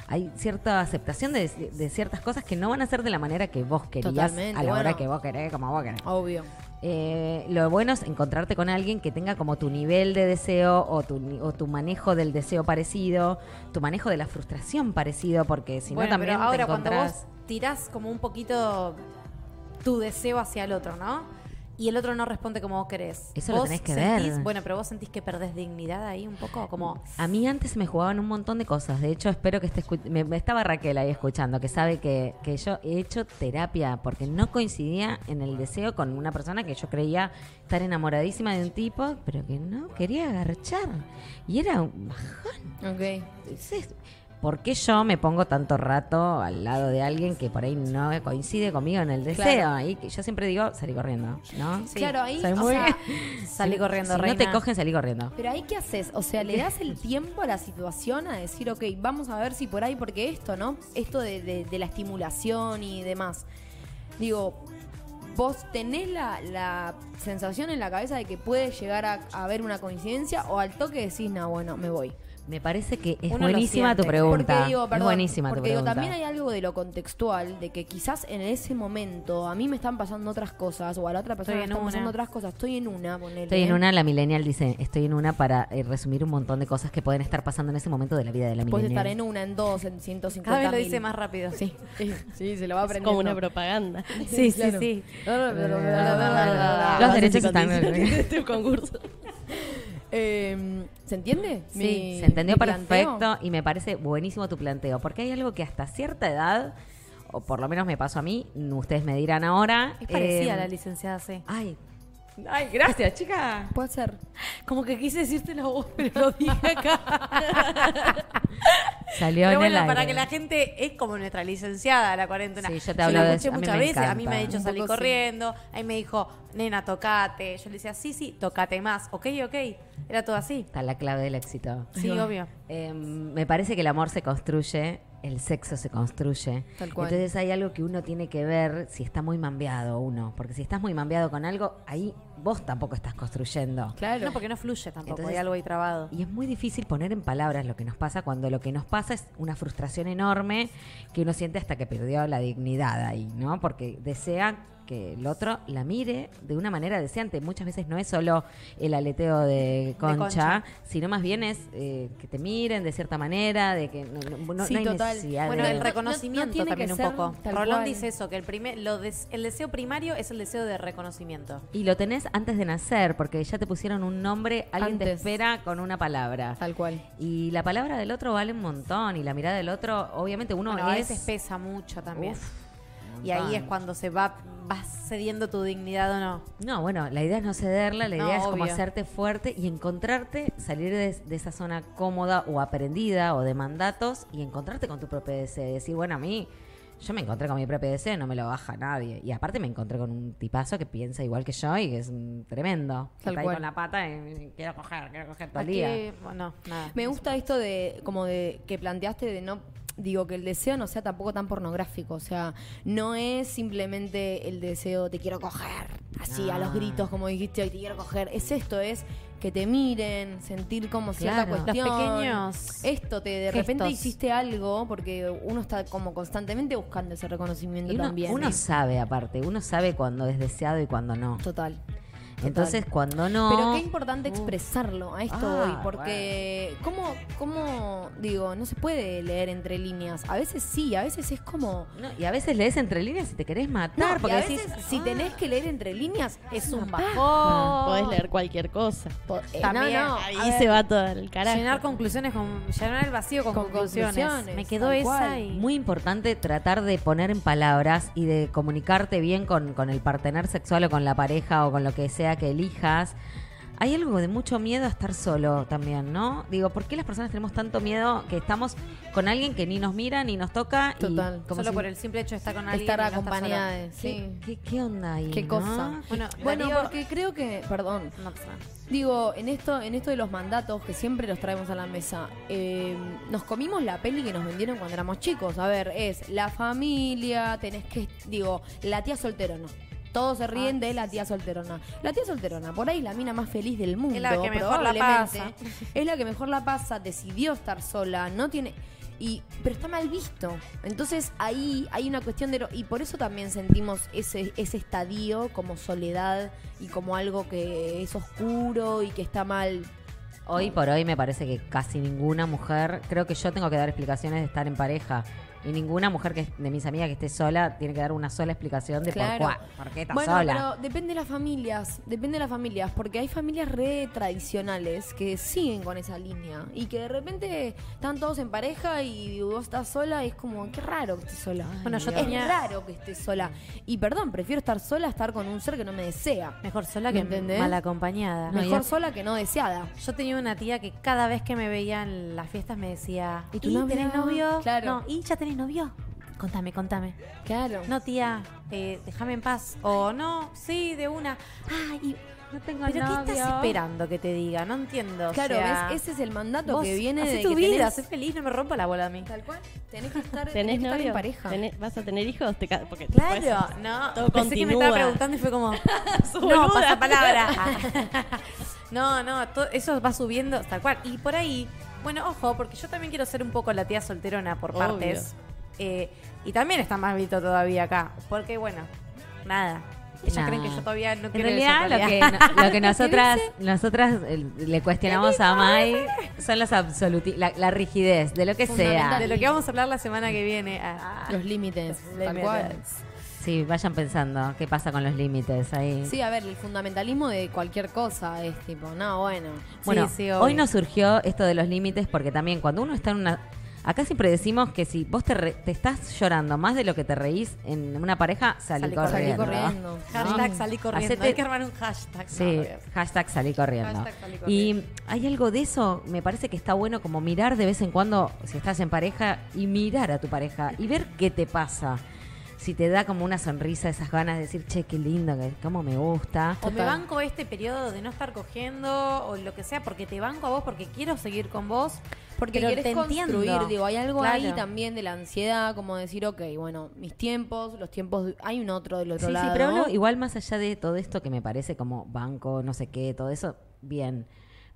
S2: Hay cierta aceptación de, de ciertas cosas que no van a ser de la manera que vos querías,
S1: Totalmente,
S2: a la hora
S1: bueno.
S2: que vos querés, como vos querés.
S1: Obvio.
S2: Eh, lo bueno es encontrarte con alguien que tenga como tu nivel de deseo o tu, ni- o tu manejo del deseo parecido, tu manejo de la frustración parecido, porque si
S3: bueno,
S2: no también
S3: pero ahora
S2: te
S3: cuando
S2: encontrás-
S3: vos tirás como un poquito tu deseo hacia el otro, ¿no? Y el otro no responde como vos querés.
S2: Eso lo
S3: Vos
S2: tenés que
S3: sentís-
S2: ver.
S3: Bueno, pero vos sentís que perdés dignidad ahí un poco, como...
S2: A mí antes me jugaban un montón de cosas. De hecho, espero que esté escu- me, me estaba Raquel ahí escuchando, que sabe que, que yo he hecho terapia porque no coincidía en el deseo con una persona que yo creía estar enamoradísima de un tipo, pero que no quería agarchar. Y era un bajón.
S1: Ok.
S2: Entonces, ¿por qué yo me pongo tanto rato al lado de alguien que por ahí no coincide conmigo en el deseo?
S1: Claro.
S2: Y que yo siempre digo, salí corriendo, ¿no?
S3: Sí.
S1: Claro, ahí,
S2: Soy
S1: o
S2: muy-
S1: sea,
S3: Salí
S2: Si-
S3: corriendo,
S2: si
S3: reina.
S2: no te cogen, salí corriendo.
S1: Pero ahí qué haces, o sea, le das el tiempo a la situación a decir, ok, vamos a ver si por ahí, porque esto, ¿no? Esto de, de- de la estimulación y demás. Digo, vos tenés la, la sensación en la cabeza de que puede llegar a, a haber una coincidencia o al toque decís, no, bueno, me voy.
S2: Me parece que es
S3: Uno lo
S2: buenísima tu
S3: siente.
S2: pregunta.
S1: Porque digo,
S2: es
S1: perdón,
S2: buenísima tu
S1: porque digo,
S2: pregunta.
S1: también hay algo de lo contextual, de que quizás en ese momento a mí me están pasando otras cosas o a la otra persona
S3: Estoy
S1: le
S3: en
S1: están pasando
S3: una.
S1: otras cosas. Estoy en una, ponele.
S2: Estoy en una, la millennial dice, estoy en una para eh, resumir un montón de cosas que pueden estar pasando en ese momento de la vida de la
S1: Puedes
S2: millennial.
S1: estar en una, en dos, en 150
S3: Cada vez lo
S1: mil.
S3: dice más rápido.
S1: Sí, sí, sí, se lo va
S4: Es
S1: aprendiendo.
S4: como una propaganda.
S3: Sí, sí,
S1: Claro.
S3: sí.
S2: Los
S4: Bases y
S2: derechos están-
S4: condiciones de tu concurso.
S1: Eh, este ¿Se entiende?
S2: Sí,
S1: Mi-
S2: se entendió
S1: mi planteo.
S2: perfecto y me parece buenísimo tu planteo, porque hay algo que hasta cierta edad, o por lo menos me pasó a mí, n- ustedes me dirán ahora.
S3: Es parecida
S2: eh,
S3: a la licenciada C.
S2: Ay. Ay, gracias, chica.
S1: Puede ser.
S3: Como que quise decirte la voz, pero lo dije acá.
S2: Salió
S3: Pero
S2: en el
S3: bueno,
S2: aire.
S3: para que la gente es como nuestra licenciada a la cuarentena.
S2: Sí, yo te hablo
S3: la
S2: de-
S3: escuché
S2: a mí
S3: muchas
S2: me
S3: veces, a mí
S2: encanta.
S3: me ha dicho
S1: Un
S3: salí
S1: poco sí.
S3: corriendo, ahí me dijo, nena, tocate. Yo le decía, sí, sí, tocate más, ok, ok. Era todo así.
S2: Está la clave del éxito.
S3: Sí, obvio.
S2: Eh, me parece que el amor se construye, el sexo se construye.
S1: Tal cual.
S2: Entonces hay algo que uno tiene que ver si está muy mambeado uno. Porque si estás muy mambeado con algo, ahí vos tampoco estás construyendo.
S1: Claro.
S3: No, porque no fluye tampoco,
S2: Entonces-
S3: hay algo ahí trabado.
S2: Y es muy difícil poner en palabras lo que nos pasa cuando lo que nos pasa es una frustración enorme que uno siente hasta que perdió la dignidad ahí, ¿no? Porque desea que el otro la mire de una manera deseante. Muchas veces no es solo el aleteo de concha,
S3: concha.
S2: sino más bien es eh, que te miren de cierta manera, de que no, no- no-
S1: Sí,
S2: no hay
S1: total.
S2: necesidad
S3: Bueno,
S2: de...
S1: no-
S3: el
S1: no- no
S3: reconocimiento
S1: tiene que
S3: también un
S1: ser
S3: poco.
S1: tal
S3: Rolón
S1: cual.
S3: dice eso, que el, primer, lo des- el deseo primario es el deseo de reconocimiento.
S2: Y lo tenés antes de nacer, porque ya te pusieron un nombre, alguien te
S1: Antes.
S2: espera con una palabra.
S1: Tal cual.
S2: Y la palabra del otro vale un montón y la mirada del otro, obviamente uno
S3: Bueno, a
S2: es...
S3: veces pesa mucho también.
S2: Uf,
S3: y ahí
S2: montón.
S3: es cuando se va, vas cediendo tu dignidad o no.
S2: No, bueno, la idea es no cederla, la idea
S3: No,
S2: es como
S3: obvio.
S2: hacerte fuerte y encontrarte, salir de, de esa zona cómoda o aprendida o de mandatos y encontrarte con tu propio deseo. Y decir, bueno, a mí, yo me encontré con mi propio deseo, no me lo baja nadie. Y aparte me encontré con un tipazo que piensa igual que yo y que es un tremendo. Que
S1: Tal
S2: está ahí
S1: cual.
S2: con la pata y quiero coger, quiero coger todo el
S3: Aquí,
S2: día.
S3: bueno, nada.
S1: Me gusta esto de, como de, que planteaste de no, digo, que el deseo no sea tampoco tan pornográfico, o sea, no es simplemente el deseo, te quiero coger, así a los
S2: No.
S1: gritos, como dijiste hoy, te quiero coger, es esto, es que te miren, sentir como cierta
S2: Claro. Los
S1: cuestión.
S3: pequeños
S1: Esto, te de repente
S3: gestos.
S1: hiciste algo, porque uno está como constantemente buscando ese reconocimiento
S2: Y uno,
S1: también.
S2: uno sabe aparte, uno sabe cuando es deseado y cuando no.
S1: Total.
S2: Entonces cuando no...
S1: Pero qué importante expresarlo a esto
S2: Ah,
S1: hoy, porque ¿cómo, cómo, digo, no se puede leer entre líneas. A veces sí, a veces es como...
S2: No, y a veces lees entre líneas y te querés
S1: No,
S2: matar
S1: y
S2: porque
S1: a
S2: decís,
S1: veces si
S2: "Ah".
S1: tenés que leer entre líneas, es un bajo.
S3: bajón.
S4: Podés leer cualquier cosa.
S1: También.
S3: También.
S1: No, no,
S4: Ahí
S1: Oh. a ver,
S4: se va todo el carajo.
S3: Llenar conclusiones con llenar el vacío con,
S1: Con
S3: conclusiones.
S1: conclusiones,
S3: Me quedó
S1: tal
S3: esa
S1: cual.
S3: y
S2: Muy importante tratar de poner en palabras y de comunicarte bien con, con el partener sexual o con la pareja o con lo que sea sea que elijas. Hay algo de mucho miedo a estar solo también, ¿no? Digo, ¿por qué las personas tenemos tanto miedo que estamos con alguien que ni nos mira, ni nos toca? y
S1: Total.
S2: como
S3: Solo
S2: si-
S3: por el simple hecho de estar con alguien.
S1: Estar
S3: y no solo.
S1: acompañada,
S2: ¿Qué,
S1: sí.
S2: qué, qué onda ahí?
S1: Qué
S2: no?
S1: cosa.
S3: Bueno,
S1: Bueno,
S3: Darío-
S1: porque creo que, perdón,
S3: No pasa nada.
S1: digo, en esto, en esto de los mandatos que siempre los traemos a la mesa, eh, nos comimos la peli que nos vendieron cuando éramos chicos. A ver, es la familia, tenés que, digo, la tía solterona. Todos se
S3: Ah.
S1: ríen de la tía solterona. La tía solterona, por ahí la mina más feliz del mundo.
S3: Es la que mejor la
S1: probablemente.
S3: pasa.
S1: Es la que mejor la pasa, decidió estar sola, no tiene. Y, pero está mal visto. Entonces ahí hay una cuestión de... lo- y por eso también sentimos ese, ese estadio como soledad y como algo que es oscuro y que está mal.
S2: Hoy por hoy me parece que casi ninguna mujer, creo que yo tengo que dar explicaciones de estar en pareja. Y ninguna mujer que de mis amigas que esté sola tiene que dar una sola explicación de
S1: Claro.
S2: por, cuá- por qué está
S1: Bueno,
S2: sola.
S1: pero depende de las familias, depende de las familias, porque hay familias re tradicionales que siguen con esa línea y que de repente están todos en pareja y vos estás sola y es como, qué raro que estés sola.
S3: Bueno, yo
S1: es
S3: tenía-
S1: raro que estés sola. Y perdón, prefiero estar sola a estar con un ser que no me desea.
S3: Mejor sola
S1: ¿Me
S3: que
S1: entendés?
S3: mal acompañada.
S2: No, y
S1: Mejor
S2: es-
S1: sola que no deseada.
S3: Yo tenía una tía que cada vez que me veía en las fiestas me decía,
S1: ¿Y tu novio?
S3: tenés novio?
S1: Claro.
S3: No, ¿y ya tenés novio? Contame, contame.
S1: Claro.
S3: No, tía, eh, déjame en paz. O no, sí, de una. Ah, y-
S2: no tengo
S3: ¿pero qué estás esperando que te diga? No entiendo. o
S1: Claro,
S3: sea,
S1: ¿ves? Ese es el mandato
S3: vos
S1: que viene
S3: hacé
S1: de
S3: tu
S1: que
S3: vida,
S1: tenés-
S3: sé feliz, no me rompa la bola a mí.
S1: Tal cual. Tenés que estar, tenés
S4: ¿Tenés
S1: que estar
S4: novio?
S1: en pareja.
S4: ¿Tenés- ¿Vas a tener hijos? Te ca- porque
S3: Claro, Pues, no.
S4: Todo
S3: pensé que me
S4: continúa.
S3: estaba preguntando y fue como,
S4: Su
S3: no, pasa
S4: boluda.
S3: palabra. no, no, to- eso va subiendo, tal cual. Y por ahí, bueno, ojo, porque yo también quiero ser un poco la tía solterona por
S4: Obvio.
S3: partes. Eh, y también está más visto todavía acá, porque bueno, nada. Ellas
S2: Nah.
S3: creen que yo todavía no
S2: En
S3: quiero
S2: realidad,
S3: eso
S2: lo que,
S3: todavía.
S2: no- lo que nosotras, nosotras eh, le cuestionamos a Mai son las absoluti la, la rigidez de lo que sea.
S3: De lo que vamos a hablar la semana que viene. Ah.
S1: Los límites. Tal
S3: Límites.
S1: cual.
S2: Sí, vayan pensando qué pasa con los límites ahí.
S1: Sí, a ver, el fundamentalismo de cualquier cosa es tipo, no, bueno.
S2: Bueno,
S3: Sí, sí, obvio.
S2: hoy nos surgió esto de los límites porque también cuando uno está en una... Acá siempre decimos que si vos te, re- te estás llorando más de lo que te reís en una pareja, salí,
S3: Salí
S1: Salí
S2: corriendo.
S1: corriendo.
S3: Hashtag salí corriendo.
S2: Hacete-
S3: Hay que armar un hashtag.
S2: Sí,
S3: No, no,
S2: hashtag salí corriendo.
S3: Hashtag salí
S2: Y hay algo de eso, me parece que está bueno como mirar de vez en cuando, si estás en pareja, y mirar a tu pareja y ver qué te pasa. Si te da como una sonrisa, esas ganas de decir, che, qué lindo, que- cómo me gusta.
S3: O me
S1: Total.
S3: banco este periodo de no estar cogiendo o lo que sea, porque te banco a vos, porque quiero seguir con vos.
S1: Porque
S3: pero
S1: querés
S3: te
S1: construir,
S3: entiendo.
S1: digo, hay algo
S3: Claro.
S1: ahí también de la ansiedad, como decir, ok, bueno, mis tiempos, los tiempos, de- hay un otro del otro
S2: Sí,
S1: lado.
S2: sí, pero hablo igual más allá de todo esto que me parece como banco, no sé qué, todo eso, bien.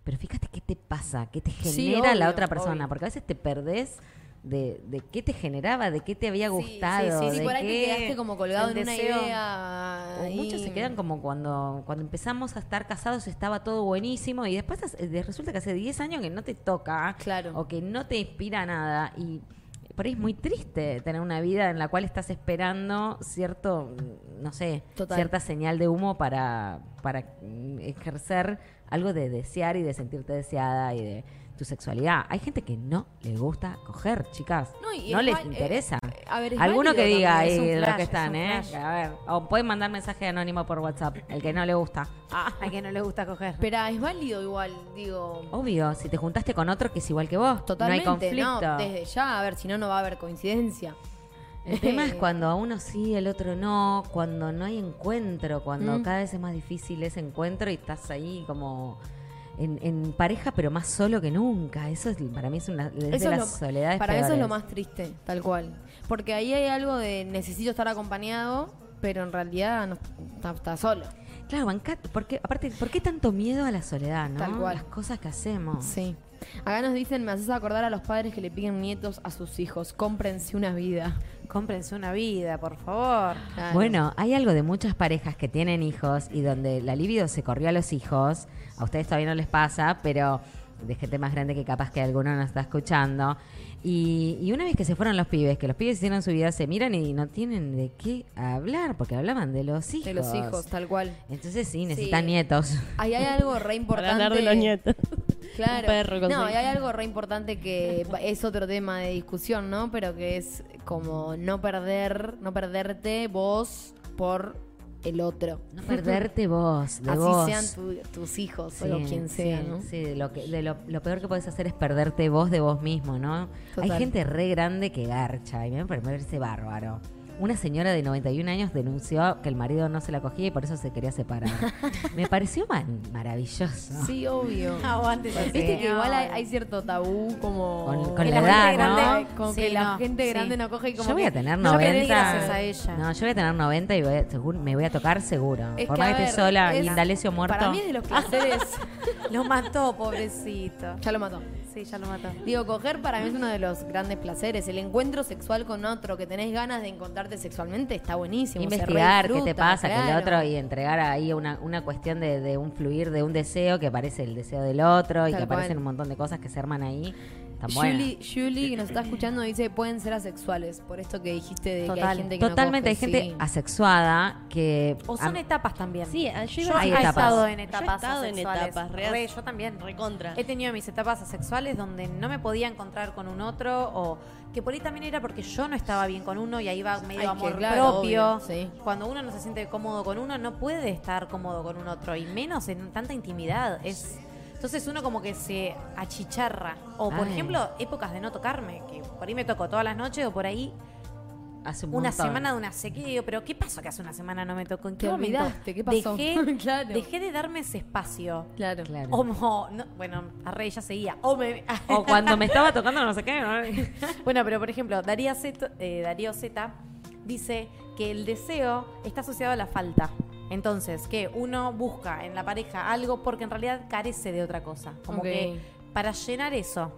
S2: Pero fíjate qué te pasa, qué te
S1: Sí,
S2: genera la
S1: obvio,
S2: otra persona,
S1: obvio.
S2: porque a veces te perdés de, de qué te generaba, de qué te había
S1: Sí,
S2: gustado.
S1: Sí, sí, sí,
S2: de
S1: por ahí te
S2: qué-
S1: quedaste como colgado
S3: el
S1: en una
S3: deseo.
S1: idea.
S2: O
S1: ahí.
S2: Muchos se quedan como cuando, cuando empezamos a estar casados estaba todo buenísimo y después hace- de- resulta que hace 10 años que no te toca
S1: Claro.
S2: o que no te inspira nada y por ahí es muy triste tener una vida en la cual estás esperando cierto, no sé,
S1: Total.
S2: cierta señal de humo para, para mm, ejercer algo de desear y de sentirte deseada y de tu sexualidad. Hay gente que no le gusta coger, chicas.
S1: No,
S2: No,
S1: y es
S2: les
S1: val- eh,
S2: interesa.
S1: a ver, es
S2: Alguno que
S1: válido
S2: diga
S1: también,
S2: ahí
S1: es un
S2: de los
S3: flash,
S2: que
S3: es
S2: están,
S3: un
S2: ¿eh?
S3: flash.
S2: A ver, o pueden mandar mensaje anónimo por WhatsApp, el que no le gusta.
S3: A que no le gusta coger.
S1: Pero es válido igual, digo.
S2: Obvio, si te juntaste con otro que es igual que vos,
S1: Totalmente,
S2: no hay conflicto.
S1: no, desde ya, a ver, si no, no va a haber coincidencia. Eh,
S2: El tema es cuando a uno sí, el otro no, cuando no hay encuentro, cuando
S1: Mm.
S2: cada vez es más difícil ese encuentro y estás ahí como en, en pareja, pero más solo que nunca. Eso es, para mí es una es ¿eh? de
S1: Eso es
S2: las
S1: lo-
S2: soledades
S1: Para mí eso es lo
S2: peores.
S1: más triste, tal cual. Porque ahí hay algo de necesito estar acompañado, pero en realidad no está, está solo.
S2: Claro, banca, porque, aparte, ¿por qué tanto miedo a la soledad, no?
S1: Tal cual.
S2: Las cosas que hacemos.
S1: Sí. Acá nos dicen, me haces acordar a los padres que le piden nietos a sus hijos. Cómprense una vida.
S3: Cómprense una vida, por favor.
S1: Claro.
S2: Bueno, hay algo de muchas parejas que tienen hijos y donde la libido se corrió a los hijos. A ustedes todavía no les pasa, pero de gente más grande que capaz que alguno nos está escuchando. Y, y una vez que se fueron los pibes, que los pibes hicieron su vida, se miran y no tienen de qué hablar, porque hablaban de los hijos.
S1: De los hijos, tal cual.
S2: Entonces sí, necesitan
S1: Sí.
S2: nietos.
S1: Ahí hay algo re importante.
S4: Para hablar de los nietos.
S1: Claro.
S4: Un perro con
S1: no,
S4: seis.
S1: y hay algo re importante que va- es otro tema de discusión, ¿no? Pero que es como no perder, no perderte vos por el otro.
S2: No perderte vos, de
S1: Así
S2: vos.
S1: sean tu- tus hijos o lo quien sea,
S2: sí,
S1: ¿no?
S2: sí, de lo, que, de lo, lo peor que podés hacer es perderte vos de vos mismo, ¿no?
S1: Total.
S2: Hay gente re grande que garcha y me parece bárbaro. Una señora de 91 años denunció que el marido no se la cogía y por eso se quería separar. me pareció man- maravilloso.
S1: Sí, obvio.
S3: Aguante,
S1: Viste que igual
S3: Ah.
S1: hay, hay cierto tabú como...
S2: Con- con
S1: que
S2: la
S1: gente
S2: edad, ¿no?
S1: grande- Con que
S3: Sí,
S1: la
S3: no,
S1: gente
S3: sí.
S1: grande no coge y como
S2: Yo voy
S1: que
S2: a tener
S1: no le
S2: 90.
S3: gracias a ella.
S2: No, yo voy a tener 90 y voy a- seguro me voy a tocar seguro.
S1: Es
S2: por
S1: que,
S2: más
S1: a
S2: que estoy
S1: ver,
S2: sola,
S1: es-
S2: Indalecio muerto.
S1: Para mí es de los placeres...
S3: Lo mató, pobrecito.
S1: ya lo mató.
S3: Sí, ya lo mató.
S1: Digo, coger para mí es uno de los grandes placeres. El encuentro sexual con otro, que tenés ganas de encontrarte sexualmente, está buenísimo. se
S2: Investigar qué te
S1: redisfruta,
S2: pasa, que el
S1: claro.
S2: otro, y entregar ahí una, una cuestión de, de un fluir, de un deseo que aparece el deseo del otro y
S1: Tal
S2: que aparecen
S1: cual.
S2: un montón de cosas que se arman ahí. Tan
S1: Julie, Julie, que nos está escuchando, dice pueden ser asexuales. Por esto que dijiste de que hay
S3: Total,
S1: gente que
S2: Totalmente, hay
S1: no coge,
S2: gente
S1: sí.
S2: asexuada que.
S3: O son
S2: a-
S3: etapas también.
S4: Sí, ah, yo
S3: yo
S4: iba a
S2: Hay
S3: he
S4: decir-
S2: etapas.
S3: estado en
S4: Yo he
S3: etapas
S4: estado en
S3: asexuales.
S4: etapas, re-
S3: Re, yo también.
S4: Recontra.
S3: He tenido mis etapas asexuales donde no me podía encontrar con un otro o que por ahí también era porque yo no estaba bien con uno y ahí va medio
S1: Ay, que
S3: amor
S1: claro,
S3: propio.
S1: obvio, sí.
S3: Cuando uno no se siente cómodo con uno, no puede estar cómodo con un otro y menos en tanta intimidad. Es entonces uno como que se achicharra. O por
S2: Ay.
S3: ejemplo, épocas de no tocarme, que por ahí me toco todas las noches o por ahí
S2: hace un
S3: una
S2: montón.
S3: semana de una sequía y digo, pero ¿qué pasó que hace una semana no me tocó? ¿En qué
S1: Te
S3: momento?
S1: olvidaste, ¿qué pasó?
S3: Dejé,
S1: Claro.
S3: dejé de darme ese espacio.
S1: Claro.
S2: Claro.
S3: O mo- no, bueno, arre, ya seguía. O me-
S2: O cuando me estaba tocando no sé qué. ¿no?
S3: bueno, pero por ejemplo, Darío Z, eh, Darío Z dice que el deseo está asociado a la falta. Entonces, que uno busca en la pareja algo porque en realidad carece de otra cosa. Como
S1: Ok.
S3: que para llenar eso.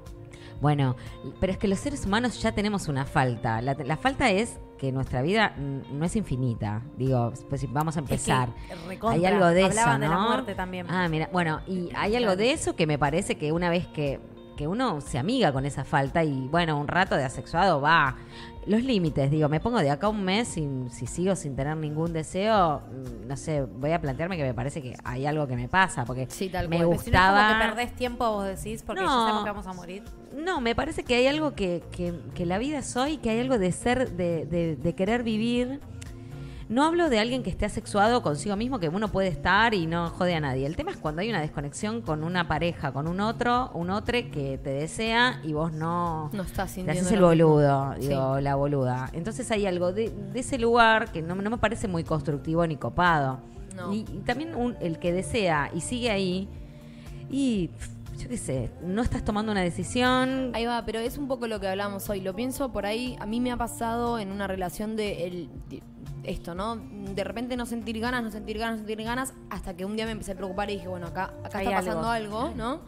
S2: Bueno, pero es que los seres humanos ya tenemos una falta. La, la falta es que nuestra vida mm, no es infinita. Digo, pues si vamos a empezar.
S3: Es que, recontra,
S2: hay algo de
S3: Hablaban
S2: eso,
S3: de la
S2: ¿no?
S3: muerte también. Este,
S2: Ah, mira, bueno, y hay algo de eso que me parece que una vez que, que uno se amiga con esa falta y bueno, un rato de asexuado va. Los límites, digo, me pongo de acá a un mes sin- si sigo sin tener ningún deseo, mm, no sé, voy a plantearme que me parece que hay algo que me pasa, porque
S1: Sí, tal
S2: me
S1: cual. Pero
S3: Porque si no es como
S2: gustaba...
S3: que perdés tiempo, vos decís, porque ya
S2: No.
S3: sabemos que vamos a morir.
S2: No, me parece que hay algo que, que- que la vida es hoy, que hay algo de ser, de, de- de querer vivir. No hablo de alguien que esté asexuado consigo mismo, que uno puede estar y no jode a nadie. El tema es cuando hay una desconexión con una pareja, con un otro, un otro que te desea y vos no...
S1: No estás
S2: Te
S1: sintiendo
S2: haces el
S1: lo mismo.
S2: boludo,
S1: Sí.
S2: digo, la boluda. Entonces hay algo de, de ese lugar que no, no me parece muy constructivo ni copado.
S1: No.
S2: Y, y también un- el que desea y sigue ahí, y pf, yo qué sé, no estás tomando una decisión.
S1: Ahí va, pero es un poco lo que hablamos hoy. Lo pienso por ahí. A mí me ha pasado en una relación de, el- de esto, ¿no? De repente no sentir ganas, no sentir ganas, no sentir ganas, hasta que un día me empecé a preocupar y dije, bueno, acá, acá
S3: Hay
S1: está
S3: algo.
S1: pasando algo, ¿no?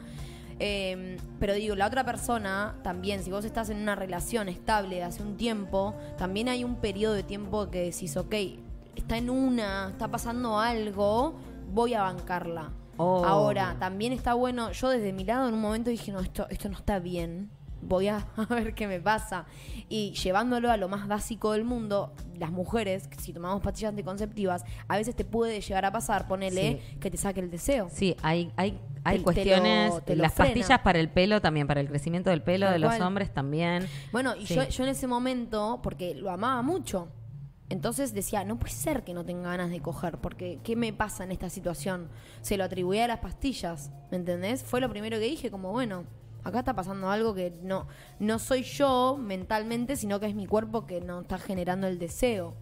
S1: Eh, pero digo, la otra persona también, si vos estás en una relación estable de hace un tiempo, también hay un periodo de tiempo que decís, ok, está en una, está pasando algo, voy a bancarla.
S2: Oh.
S1: Ahora, también está bueno, yo desde mi lado en un momento dije, no, esto, esto no está bien, voy a, a ver qué me pasa. Y llevándolo a lo más básico del mundo, las mujeres, que si tomamos pastillas anticonceptivas, a veces te puede llegar a pasar, ponele, que te saque el deseo.
S2: Sí, hay, hay, hay
S1: Te- te
S2: cuestiones.
S1: lo- te lo
S2: las
S1: frena.
S2: pastillas para el pelo también, para el crecimiento del pelo
S1: Tal
S2: de los
S1: cual.
S2: hombres también.
S1: Bueno, y
S2: Sí.
S1: yo, yo en ese momento, porque lo amaba mucho, entonces decía, no puede ser que no tenga ganas de coger, porque ¿qué me pasa en esta situación? Se lo atribuía a las pastillas, ¿me entendés? Fue lo primero que dije, como bueno, acá está pasando algo que no, no soy yo mentalmente, sino que es mi cuerpo que no está generando el deseo.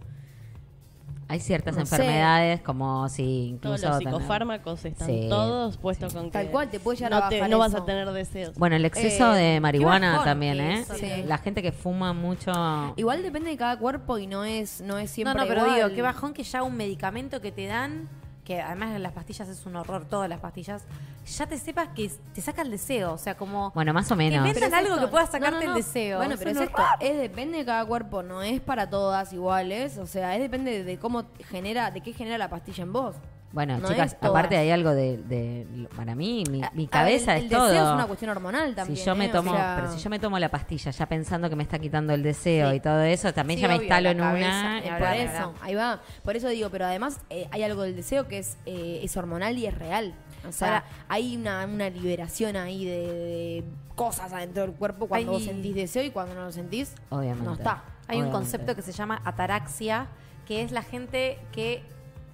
S2: Hay ciertas
S1: No sé.
S2: enfermedades como si
S4: Todos
S2: incluso...
S4: los
S2: tener-
S4: psicofármacos están
S2: Sí,
S4: todos puestos con
S1: Tal
S4: que
S1: cual, te puede llegar
S4: no
S1: a bajar
S4: no vas
S1: eso.
S4: a tener deseos.
S2: Bueno, el exceso
S1: Eh,
S2: de marihuana
S3: bajón
S2: también,
S3: que
S2: ¿eh?
S3: eso,
S1: Sí.
S2: La gente que fuma mucho...
S1: Igual depende de cada cuerpo y no es, no es siempre.
S3: No, no, pero
S1: igual.
S3: digo, qué bajón que ya un medicamento que te dan, que además las pastillas es un horror, todas las pastillas, ya te sepas que te saca el deseo, o sea, como...
S2: Bueno, más o menos.
S3: venden
S1: es
S3: algo
S1: esto.
S3: que pueda
S1: No, no,
S3: sacarte
S1: no.
S3: el deseo.
S1: Bueno,
S3: Es
S1: pero
S3: un
S1: es esto.
S3: horror.
S1: Es depende de cada cuerpo, no es para todas iguales. O sea, es depende de cómo genera, de qué genera la pastilla en vos.
S2: Bueno,
S1: No
S2: chicas,
S1: es todas. Ah,
S2: aparte hay algo de, de- para mí, mi,
S1: A-
S2: mi
S1: a
S2: cabeza
S1: ver,
S2: es
S1: el,
S2: todo.
S1: El deseo es una cuestión hormonal también.
S2: si yo me
S1: ¿eh? O
S2: tomo,
S1: sea,
S2: pero si yo me tomo la pastilla ya pensando que me está quitando el deseo
S1: Sí.
S2: y todo eso, también
S3: Sí,
S2: ya me
S3: obvio,
S2: instalo
S3: la
S2: en
S3: cabeza,
S2: una. eh, pues,
S3: ni
S2: y
S1: por
S3: hablar,
S2: bueno.
S1: eso, ahí va. Por eso digo, pero además eh, hay algo del deseo que es, eh, es hormonal y es real. O sea,
S3: Ahora-
S1: hay una, una liberación ahí de, de cosas adentro del cuerpo cuando
S3: Hay-
S1: vos sentís deseo y cuando no lo sentís,
S2: Obviamente.
S1: no está.
S3: Hay un
S2: Obviamente.
S3: concepto que se llama ataraxia, que es la gente que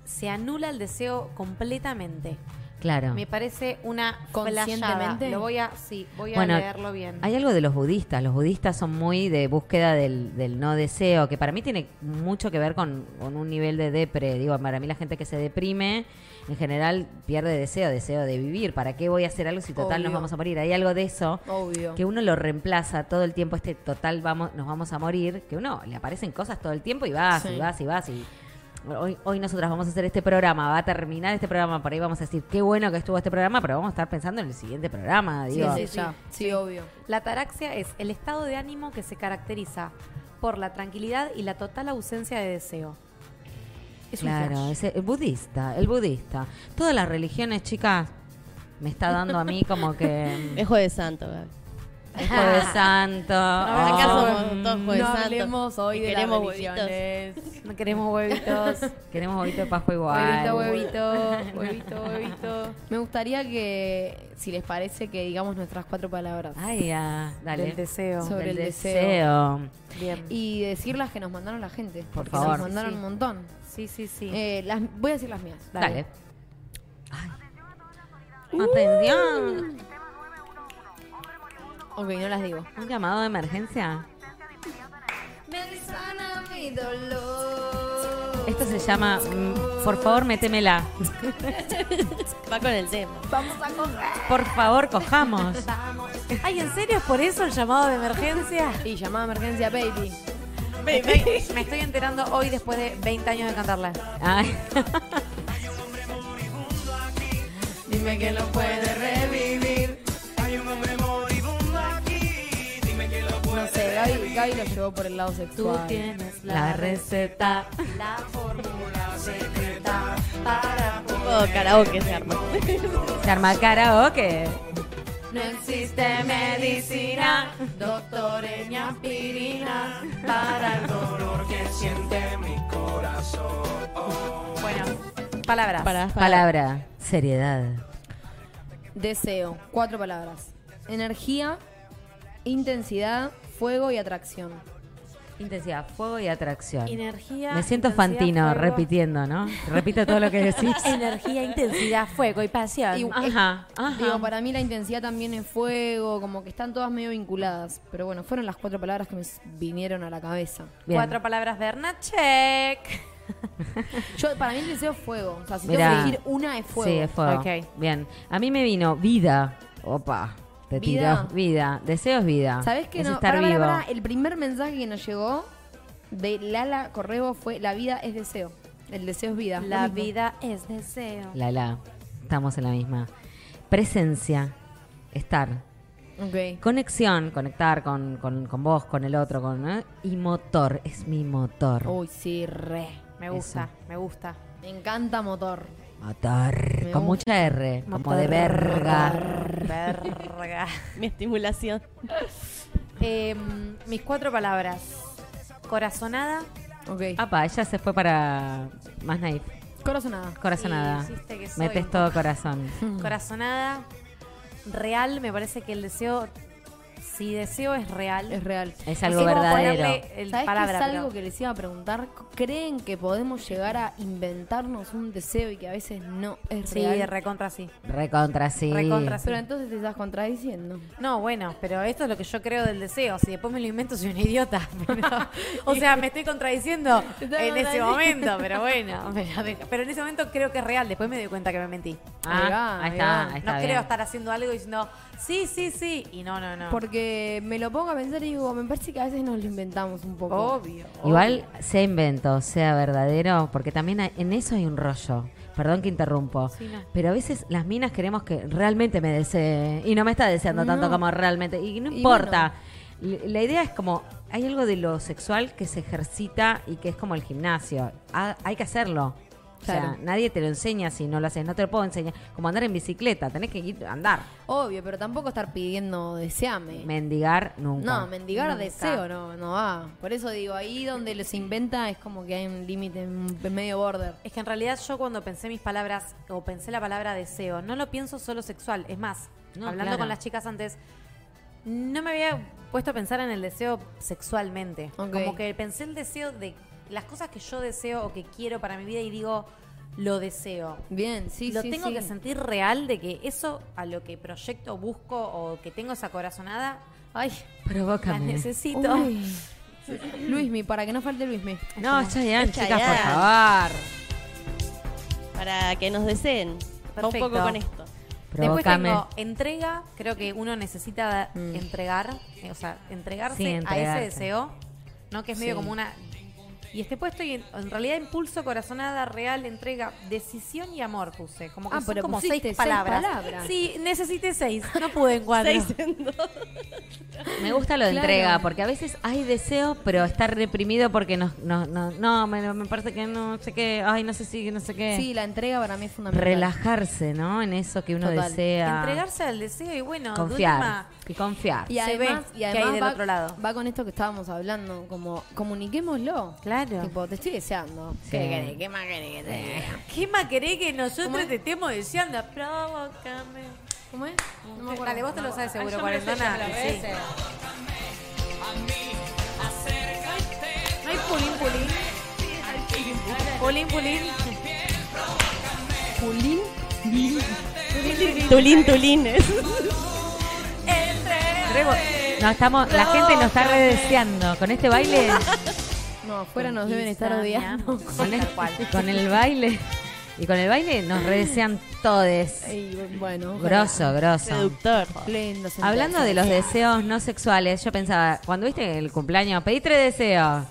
S3: se anula el deseo completamente.
S2: Claro.
S3: Me parece una
S1: ¿Conscientemente?
S3: flayada. Lo voy a, sí, voy a
S2: Bueno,
S3: leerlo bien.
S2: Hay algo de los budistas. Los budistas son muy de búsqueda del, del no deseo, que para mí tiene mucho que ver con, con un nivel de depre. Digo, para mí la gente que se deprime, en general, pierde deseo, deseo de vivir. ¿Para qué voy a hacer algo si total nos
S1: Obvio.
S2: vamos a morir? Hay algo de eso
S1: Obvio.
S2: que uno lo reemplaza todo el tiempo, este total vamos, nos vamos a morir, que uno le aparecen cosas todo el tiempo y vas,
S1: Sí.
S2: y vas, y vas, y hoy, hoy nosotras vamos a hacer este programa, va a terminar este programa, por ahí vamos a decir qué bueno que estuvo este programa, pero vamos a estar pensando en el siguiente programa,
S1: Sí,
S2: digo.
S1: sí, ya. Sí, obvio.
S3: La ataraxia es el estado de ánimo que se caracteriza por la tranquilidad y la total ausencia de deseo. Es un
S2: Claro,
S3: flash.
S2: ese- el budista, el budista. Todas las religiones, chicas, me está dando a mí como que mm,
S4: Es jueves santo, Gaby.
S2: es jueves santo.
S4: Acá
S2: oh,
S4: somos todos jueves
S1: No
S4: santo.
S1: hablemos hoy
S4: Y
S1: de eh. las
S4: queremos huevitos.
S1: religiones.
S3: No queremos huevitos.
S2: Queremos huevito de Pascua igual.
S3: huevito, huevito, huevito, huevito.
S1: Me gustaría que, si les parece, que digamos nuestras cuatro palabras.
S2: Ay, ah, dale.
S3: Del deseo.
S1: Sobre
S2: Del
S1: el deseo.
S2: deseo.
S3: Bien.
S1: Y decir las que nos mandaron la gente.
S2: Por
S1: porque
S2: favor.
S1: Nos mandaron
S3: Sí, sí.
S1: un montón.
S3: sí, sí, sí.
S1: Eh, las, voy a decir las mías.
S2: Dale. Ay. Atención.
S1: Ok, no las digo.
S2: Un llamado de emergencia. Esto se llama mm, Por favor, métemela.
S4: Va con el tema.
S2: Por favor, cojamos.
S3: Ay, ¿en serio es por eso el llamado de emergencia?
S1: Y llamada a emergencia, baby.
S3: Estoy- me estoy enterando hoy después de 20 años de cantarla.
S2: Ay.
S1: Dime que lo puede revivir. No sé, Gaby, Gaby lo llevó por el lado sexual.
S3: tienes
S2: La receta.
S3: la fórmula secreta para
S4: Un poco karaoke se arma.
S2: Se arma oh, karaoke.
S3: No existe medicina, doctoreña aspirina, para el dolor que siente mi corazón. Bueno, palabras.
S4: Para,
S2: Palabra. Seriedad.
S1: Deseo, cuatro palabras. Energía, intensidad, fuego y atracción.
S2: Intensidad, fuego y atracción.
S3: Energía.
S2: Me siento
S3: intensidad,
S2: fantino
S3: fuego.
S2: repitiendo, ¿no? Repito todo lo que decís.
S3: Energía, intensidad, fuego y pasión.
S1: Y-
S2: Ajá, ajá.
S1: Digo, para mí la intensidad también es fuego, como que están todas medio vinculadas. Pero bueno, fueron las cuatro palabras que me s- vinieron a la cabeza.
S2: Bien.
S3: Cuatro palabras de Check.
S1: Yo, para mí el deseo es fuego. O sea, si
S2: Mirá.
S1: tengo que elegir una es fuego.
S2: Sí, es fuego.
S3: Ok.
S2: Bien. A mí me vino vida. Opa. Te
S1: ¿Vida?
S2: tiró. Vida. Deseo es vida.
S1: ¿Sabés qué
S2: Ah, Es
S1: no?
S2: estar
S1: Pará, pará,
S2: vivo.
S1: pará. El primer mensaje que nos llegó de Lala Correbo fue: La vida es deseo. El deseo es vida.
S3: La
S1: Lo mismo.
S3: vida es deseo.
S2: La, la. Estamos en la misma. Presencia. Estar.
S1: Ok.
S2: Conexión. Conectar con, con, con vos, con el otro. con ¿eh? Y motor. Es mi motor.
S1: Uy, sí, re.
S3: Me gusta, me gusta.
S1: Me encanta motor.
S2: Motor.
S1: Me
S2: Con
S1: gusta.
S2: mucha R. Como de verga.
S3: Verga.
S4: Mi estimulación.
S3: Em, mis cuatro palabras. Corazonada.
S1: Ok.
S2: Apa, ella se fue para más naive.
S1: Corazonada.
S2: Corazonada.
S3: Sí, hiciste que soy
S2: Metes
S3: un
S2: todo corazón.
S3: Mm, Corazonada. Real, me parece que el deseo. Si deseo es real.
S1: Es real.
S2: Es algo
S3: Es como
S2: verdadero.
S3: ponerle el
S1: ¿Sabés
S3: palabra,
S1: qué es algo
S3: pero-
S1: que les iba a preguntar? ¿Creen que podemos llegar a inventarnos un deseo y que a veces no es
S3: Sí,
S1: real?
S3: recontra sí.
S2: Recontra sí.
S3: Recontra sí.
S1: Pero entonces te estás contradiciendo.
S3: No, bueno, pero esto es lo que yo creo del deseo. Si después me lo invento, soy un idiota. Pero- o sea, me estoy contradiciendo
S1: Te estás
S3: en ese
S1: contradiciendo.
S3: momento, pero bueno. Pero, pero en ese momento creo que es real. Después me doy cuenta que me mentí.
S2: Ah,
S1: Ahí va,
S2: ahí
S1: ahí
S2: está,
S1: va.
S2: ahí está
S3: No
S2: bien.
S3: creo estar haciendo algo y diciendo, sí, sí, sí. Y no, no, no.
S1: Porque me lo pongo a pensar y digo, me parece que a veces nos lo inventamos un poco.
S3: Obvio.
S2: Igual sea invento, sea verdadero, porque también hay- en eso hay un rollo. Perdón que interrumpo.
S3: Sí, no.
S2: Pero a veces las minas queremos que realmente me desee. Y no me está deseando tanto
S1: No.
S2: como realmente. Y no
S1: Y
S2: importa. L- La idea es como, hay algo de lo sexual que se ejercita y que es como el gimnasio. Ha- hay que hacerlo. O
S1: Claro.
S2: sea, nadie te lo enseña si no lo haces. No te lo puedo enseñar. Como andar en bicicleta, tenés que ir a andar.
S1: Obvio, pero tampoco estar pidiendo deseame.
S2: Mendigar nunca.
S1: no, mendigar
S3: Nunca.
S1: deseo no, no va. Por eso digo, ahí donde los inventa es como que hay un límite un medio border.
S3: Es que en realidad yo cuando pensé mis palabras o pensé la palabra deseo, no lo pienso solo sexual. Es más,
S2: No,
S1: Ah,
S3: hablando
S2: claro.
S3: con las chicas antes, no me había puesto a pensar en el deseo sexualmente.
S1: Ok.
S3: Como que pensé el deseo de las cosas que yo deseo o que quiero para mi vida y digo, lo deseo.
S1: Bien, sí,
S3: lo
S1: sí,
S3: tengo
S1: sí.
S3: que sentir real de que eso a lo que proyecto, busco o que tengo esa corazonada, ay, la
S2: Provócame.
S3: necesito.
S1: Uy. Luismi, para que no falte Luismi.
S2: No, Chayanne,
S4: Es
S2: chicas, por
S4: Chayanne.
S2: favor.
S4: Para que nos deseen. Va un
S3: Perfecto.
S4: poco con esto.
S3: Después
S2: Provócame.
S3: tengo entrega, creo que uno necesita entregar, eh, o sea, entregarse
S2: Sí,
S3: a ese
S2: entregarse.
S3: deseo, ¿no? Que es medio
S1: Sí.
S3: como una... Y después estoy, en, en realidad, impulso, corazonada, real, entrega, decisión y amor puse. Como que
S1: Ah,
S3: son
S1: pero
S3: como
S1: pusiste
S3: seis
S1: seis
S3: palabras.
S1: palabras.
S3: Sí, necesité seis, no pude en cuatro.
S4: Seis en dos.
S2: Me gusta lo de
S1: Claro.
S2: entrega, porque a veces hay deseo, pero está reprimido porque no, no, no, no me, me parece que no sé qué, ay, no sé si, no sé qué.
S1: Sí, la entrega para mí es fundamental.
S2: Relajarse, ¿no? En eso que uno
S1: Total.
S2: desea.
S3: Entregarse al deseo y bueno, de
S2: Confiar.
S3: última,
S2: Y confiar.
S1: Y
S3: Se
S1: además,
S3: ve
S1: y
S3: que hay
S1: además
S3: del
S1: va,
S3: otro lado.
S1: va con esto que estábamos hablando, como comuniquémoslo.
S3: Claro.
S1: Tipo, te estoy deseando.
S2: Sí.
S1: ¿Qué querés? ¿Qué más querés que te diga?
S3: ¿Qué más querés que nosotros te estemos deseando? Provócame.
S1: ¿Cómo es? No me acuerdo.
S3: Dale, vos te lo sabes seguro,
S4: yo me lo sé
S3: cuarentona.
S4: ya mil
S3: Sí. No hay pulín, pulín. Pulín, pulín.
S1: Pulín.
S4: Tulín, tulines.
S3: Rebo-
S2: No, estamos, la gente nos está redeseando. Con este baile,
S1: No, afuera nos deben estar odiando.
S2: con el, con el baile, y con el baile nos redesean todes.
S1: Ey, bueno. ojalá.
S2: Grosso, groso.
S4: Seductor.
S1: Lindo sentarse.
S2: Hablando de los deseos no sexuales, yo pensaba, cuando viste el cumpleaños, pedí tres deseos.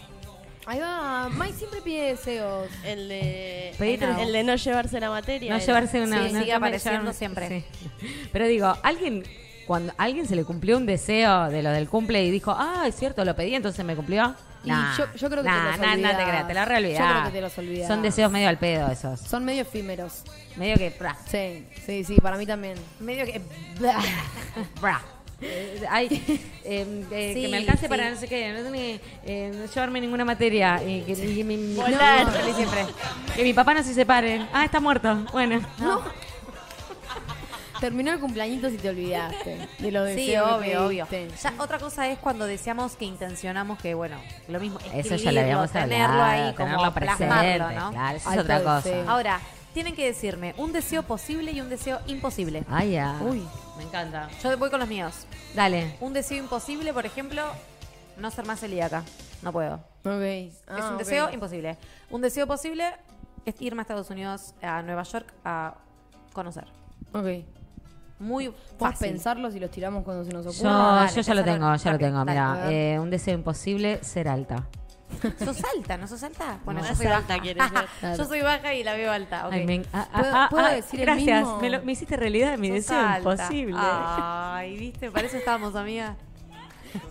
S1: Ahí va. Mai siempre pide deseos.
S4: El de,
S2: Pedí tres-
S4: el de no llevarse la materia.
S2: No
S4: era.
S2: llevarse una.
S3: Sí,
S2: no-
S3: sigue
S2: no
S3: apareciendo
S2: llevarme-
S3: siempre.
S2: sí. Pero digo, alguien cuando a alguien se le cumplió un deseo de lo del cumple y dijo, ah, es cierto, lo pedí, entonces me cumplió.
S1: Y
S2: Nah,
S1: yo- yo creo que te
S2: nah,
S1: los
S2: nah, nah, te
S1: olvidás.
S2: creas, te lo reolvidás.
S1: Yo creo que te los olvidás.
S2: Son deseos medio al pedo esos.
S1: Son medio efímeros.
S2: Medio que, pra,
S1: Sí, sí, sí, para mí también.
S3: Medio que.
S2: pra. Eh, ay, eh, eh, que
S3: Sí,
S2: me alcance
S3: sí.
S2: para no sé qué, no, ni- eh, no llevarme ninguna materia. Y que, y mi, mi-
S4: Volar.
S2: no, feliz siempre. Que mi papá no se separe. Ah, está muerto. Bueno.
S1: No. Terminó el cumpleañito si te olvidaste de los
S3: Sí,
S1: deseos que
S3: obvio, obvio.
S1: pediste.
S3: Ya, otra cosa es cuando deseamos que intencionamos que, bueno, lo mismo.
S2: Eso ya lo
S3: escribirlo,
S2: habíamos
S3: tenerlo
S2: hablado.
S3: ahí, como
S2: tenerlo presente.
S3: plasmarlo, ¿no?
S2: Claro, eso es
S1: Alto
S2: otra
S1: deseo.
S2: cosa.
S3: Ahora, tienen que decirme un deseo posible y un deseo imposible.
S2: Ay, ya.
S1: Uy.
S2: me encanta.
S3: Yo voy con los míos.
S2: Dale.
S3: Un deseo imposible, por ejemplo, no ser más celíaca. No puedo.
S1: Ok.
S3: es
S1: Ah,
S3: un
S1: ok.
S3: deseo imposible. Un deseo posible es irme a Estados Unidos, a Nueva York, a conocer.
S1: Ok.
S3: Muy
S1: Vamos a
S3: fácil.
S1: pensarlos y los tiramos cuando se nos
S2: Yo,
S1: ocurra.
S3: No, dale,
S2: yo ya lo
S3: pensalo
S2: tengo, ya lo
S3: rápido,
S2: tengo.
S3: dale,
S1: a
S2: Mira,
S1: ver.
S2: eh, un deseo imposible, ser alta.
S3: ¿Sos alta? ¿No sos alta? Bueno,
S4: No.
S3: yo soy
S4: Alta
S3: baja.
S4: quieres ser.
S3: Yo soy baja y la veo alta. ok.
S2: Ay, me, ah, ah,
S1: ¿Puedo-
S2: ah,
S1: puedo
S2: ah,
S1: decir el
S2: gracias,
S1: mismo? Ah.
S2: Me, lo- me hiciste realidad mi
S3: Sos
S2: deseo
S3: alta.
S2: imposible.
S3: Ay, viste, para eso estábamos, amiga.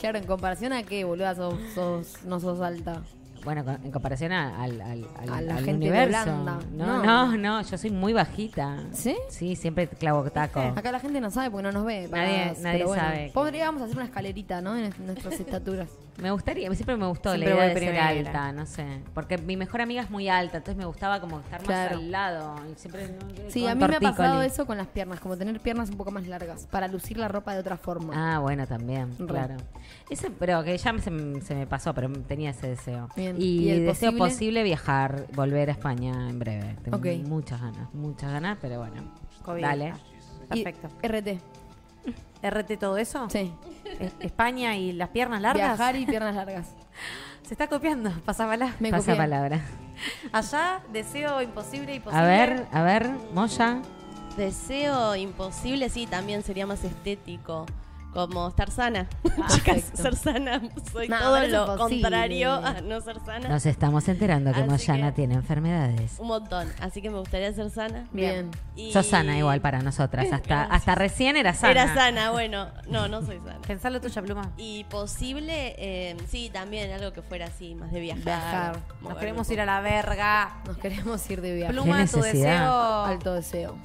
S1: Claro, en comparación a qué, boluda, sos, sos- no sos alta.
S2: Bueno, con- en comparación a, al, al, al-
S1: A la
S2: al
S1: gente de
S2: universo.
S1: Holanda.
S2: No,
S1: No.
S2: no, no, yo soy muy bajita.
S1: ¿Sí?
S2: Sí, siempre clavo taco.
S1: Acá la gente no sabe porque no nos ve.
S2: Eh. Nadie-
S1: pero
S2: nadie sabe.
S1: Podríamos hacer una escalerita, ¿no? En nuestras estaturas.
S2: Me gustaría, siempre me gustó
S3: Siempre
S2: la idea
S3: voy
S2: de
S3: primera.
S2: ser alta, no sé. Porque mi mejor amiga es muy alta, entonces me gustaba como estar
S1: Claro.
S2: más al lado. Y siempre, no,
S1: Sí,
S2: con
S1: a mí me ha
S2: tortícolis.
S1: pasado eso con las piernas, como tener piernas un poco más largas, para lucir la ropa de otra forma.
S2: Ah, bueno, también,
S1: Re.
S2: claro. Ese, pero que ya se, m- se me pasó, pero tenía ese deseo.
S1: Bien.
S2: Y,
S1: ¿Y el
S2: deseo
S1: posible?
S2: posible? viajar, volver a España en breve. Tengo
S1: Ok.
S2: muchas ganas, muchas ganas, pero bueno.
S3: COVID.
S2: Dale.
S1: Y-
S3: Perfecto.
S1: RT,
S3: ¿RT todo eso?
S1: sí.
S3: Es- España y las piernas largas.
S1: Viajar y piernas Ah. largas.
S3: Se está copiando, pasabala.
S1: Me
S2: Pasa
S1: copié.
S2: palabra.
S3: Allá, deseo imposible y posible.
S2: A ver, a ver, Moya.
S4: Deseo imposible, sí, también sería más estético. Como estar sana. Chicas,
S1: Perfecto.
S4: ser sana. Soy
S1: No,
S4: todo
S1: pero es
S4: lo
S1: imposible.
S4: contrario a no ser sana.
S2: Nos estamos enterando que
S4: Así
S2: Moyana
S4: que-
S2: tiene enfermedades.
S4: Un montón. Así que me gustaría ser sana.
S1: Bien.
S4: Y-
S2: Sos sana igual para nosotras. Hasta,
S4: Gracias.
S2: hasta recién era sana.
S4: Era sana, bueno. No, no soy sana.
S3: Pensalo tuya, pluma.
S4: Y posible, eh, sí, también algo que fuera así, más de viajar.
S1: Viajar.
S4: moverme
S3: Nos
S4: un
S3: queremos
S4: poco.
S3: ir a la verga.
S1: Nos queremos ir de viaje.
S3: Pluma, tu
S2: necesidad.
S3: deseo.
S1: Alto deseo.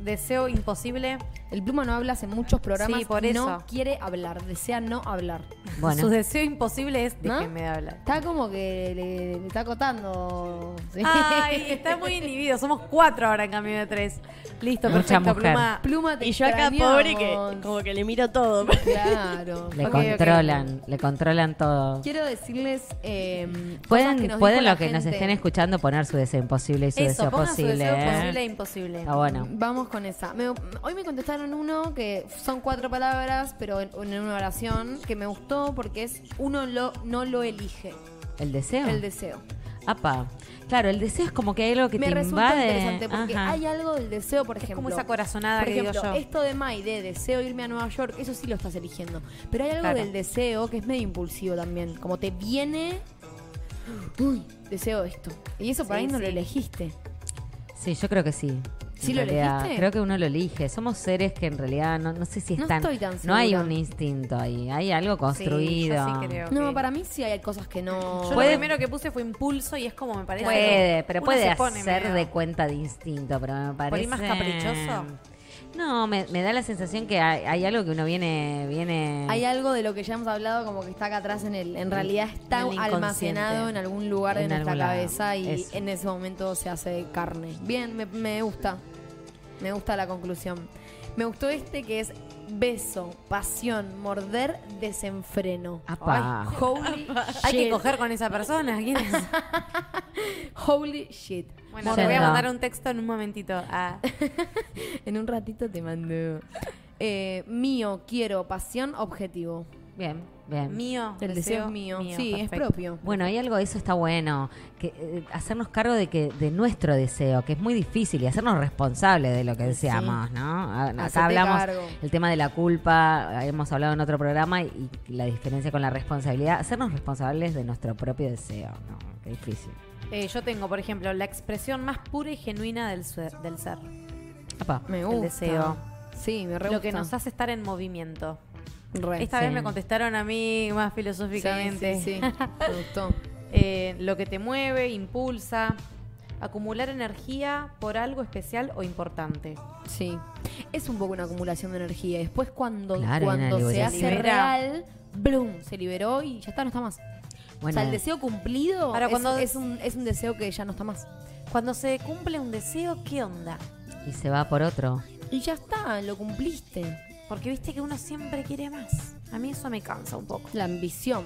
S3: deseo imposible.
S1: El Pluma no habla hace muchos programas.
S3: Sí, por
S1: No
S3: eso.
S1: quiere hablar, desea no hablar.
S3: Su
S2: Bueno,
S3: deseo imposible es
S1: ¿No?
S3: déjenme de hablar.
S1: Está como que le, le está acotando. sí.
S3: Ay, está muy inhibido. Somos cuatro ahora en cambio de tres. Listo,
S2: Mucha
S3: perfecto,
S2: mujer.
S3: pluma.
S1: Pluma te
S4: Y yo acá,
S1: extrañamos.
S4: pobre, que como que le miro todo.
S1: Claro.
S2: le
S1: Ok, ok.
S2: controlan, le controlan todo.
S1: Quiero decirles. eh, cosas que
S2: Pueden,
S1: nos
S2: pueden
S1: dijo la
S2: los que nos
S1: gente.
S2: estén escuchando poner su deseo imposible y su
S3: Eso,
S2: deseo
S3: pongan su
S2: posible.
S3: deseo
S2: ¿eh?
S3: posible e imposible.
S2: Está bueno.
S1: Vamos con esa. Me- hoy me contestaron uno que son cuatro palabras, pero en, en una oración que me gustó porque es uno lo, no lo elige.
S2: ¿El deseo?
S1: El deseo.
S2: Apa. Claro, el deseo es como que hay algo que
S1: me
S2: te
S1: resulta
S2: invade.
S1: interesante porque
S2: Ajá.
S1: hay algo del deseo, por
S3: Es
S1: ejemplo.
S3: como esa corazonada
S1: por
S3: que digo
S1: ejemplo,
S3: yo.
S1: esto de May, de deseo irme a Nueva York, eso sí lo estás eligiendo. Pero hay algo
S3: Claro.
S1: del deseo que es medio impulsivo también. Como te viene. Uy, deseo esto. Y eso por
S3: Sí,
S1: ahí no
S3: sí.
S1: lo elegiste.
S2: Sí, yo creo que sí.
S1: ¿Sí
S2: En
S1: lo
S2: realidad,
S1: elegiste?
S2: Creo que uno lo elige. Somos seres que en realidad no, no sé si
S1: No
S2: están.
S1: estoy tan
S2: no hay
S1: segura.
S2: un instinto ahí. Hay algo construido.
S3: Sí, yo sí creo.
S1: No,
S3: que-
S1: para mí sí hay cosas que no.
S3: Yo
S2: Puede-
S3: lo primero que puse fue impulso y es como me parece.
S2: Puede, pero
S3: Uno
S2: puede
S3: se pone
S2: hacer
S3: medio-
S2: de cuenta de instinto, pero me parece.
S3: Por ahí más caprichoso.
S2: No, me, me da la sensación que hay, hay algo que uno viene. viene
S1: Hay algo de lo que ya hemos hablado como que está acá atrás en el, en realidad está
S2: En el inconsciente.
S1: almacenado en algún lugar de
S2: En
S1: nuestra
S2: algún lado.
S1: cabeza y
S2: Eso.
S1: en ese momento se hace carne. Bien, me, me gusta. Me gusta la conclusión. Me gustó este que es beso, pasión, morder, desenfreno.
S2: Apa.
S1: Ay, holy
S3: Hay que
S1: shit.
S3: coger con esa persona. ¿quién es?
S1: Holy shit.
S3: Bueno, te
S2: Yendo.
S3: voy a mandar un texto en un momentito. Ah,
S1: En un ratito te mando. Eh, mío, quiero, pasión, objetivo.
S2: Bien, bien.
S3: mío.
S1: El deseo es mío. Sí, es
S3: perfecto.
S1: propio.
S2: Bueno, hay algo de eso está bueno, que eh, hacernos cargo de que de nuestro deseo, que es muy difícil y hacernos responsables de lo que deseamos, ¿no? A-
S1: Hacete
S2: Acá hablamos
S1: cargo.
S2: el tema de la culpa, hemos hablado en otro programa y, y la diferencia con la responsabilidad, hacernos responsables de nuestro propio deseo, ¿no? Qué difícil.
S3: Eh, yo tengo, por ejemplo, la expresión más pura y genuina del, suer- del ser.
S2: Apa.
S1: Me
S3: El
S1: gusta.
S3: deseo.
S1: Sí, me re
S3: Lo que
S1: gusta.
S3: nos hace estar en movimiento.
S1: Re.
S3: Esta
S2: Sí.
S3: vez me contestaron a mí más
S1: Sí,
S3: filosóficamente.
S1: Sí, sí, Me gustó.
S3: Eh, lo que te mueve, impulsa. Acumular energía por algo especial o importante.
S1: Sí. Es un poco una acumulación de energía. y Después cuando,
S2: Claro,
S1: cuando
S2: una
S1: se
S2: liberación.
S1: hace
S3: Se libera.
S1: real, ¡blum! Se liberó y ya está, no está más. o
S2: Bueno,
S1: sea, el deseo cumplido
S3: Ahora,
S1: es,
S3: cuando-
S1: es un, es un deseo que ya no está más.
S3: Cuando se cumple un deseo, ¿qué onda?
S2: y se va por otro.
S1: Y ya está, lo cumpliste.
S3: Porque viste que uno siempre quiere más. A mí eso me cansa un poco.
S1: La ambición.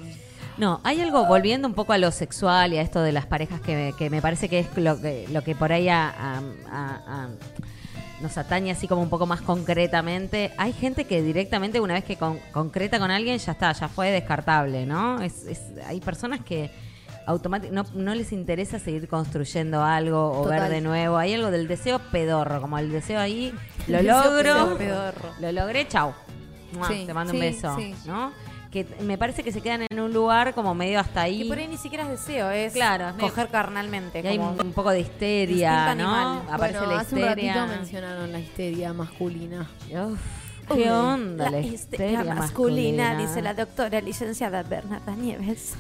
S2: No, hay algo, volviendo un poco a lo sexual y a esto de las parejas que, que me parece que es lo que, lo que por ahí a- a- a- a- nos atañe así como un poco más concretamente. Hay gente que directamente una vez que con- concreta con alguien ya está, ya fue descartable, ¿no? Es, es- hay personas que automáti- no, no les interesa seguir construyendo algo o ver
S1: Total.
S2: de nuevo. Hay algo del deseo pedorro, como el deseo ahí, lo
S1: El deseo
S2: logro,
S1: pedorro.
S3: Pedorro.
S2: lo logré, chau. Mua,
S1: Sí,
S2: te mando un
S1: sí,
S2: beso,
S1: sí.
S2: ¿no? Que t- me parece que se quedan en un lugar como medio hasta ahí.
S3: Y por ahí ni siquiera es deseo, es
S2: Claro, es
S3: coger carnalmente.
S2: y hay
S3: como-
S2: un, un poco de histeria,
S3: instinto
S2: ¿no?
S3: animal.
S2: Aparece
S1: Bueno,
S2: la
S1: hace un
S2: histeria.
S1: ratito mencionaron la histeria masculina.
S2: Uf, ¿Qué onda la, histeria,
S3: histeria
S2: masculina,
S3: dice la doctora licenciada Bernarda Nieves.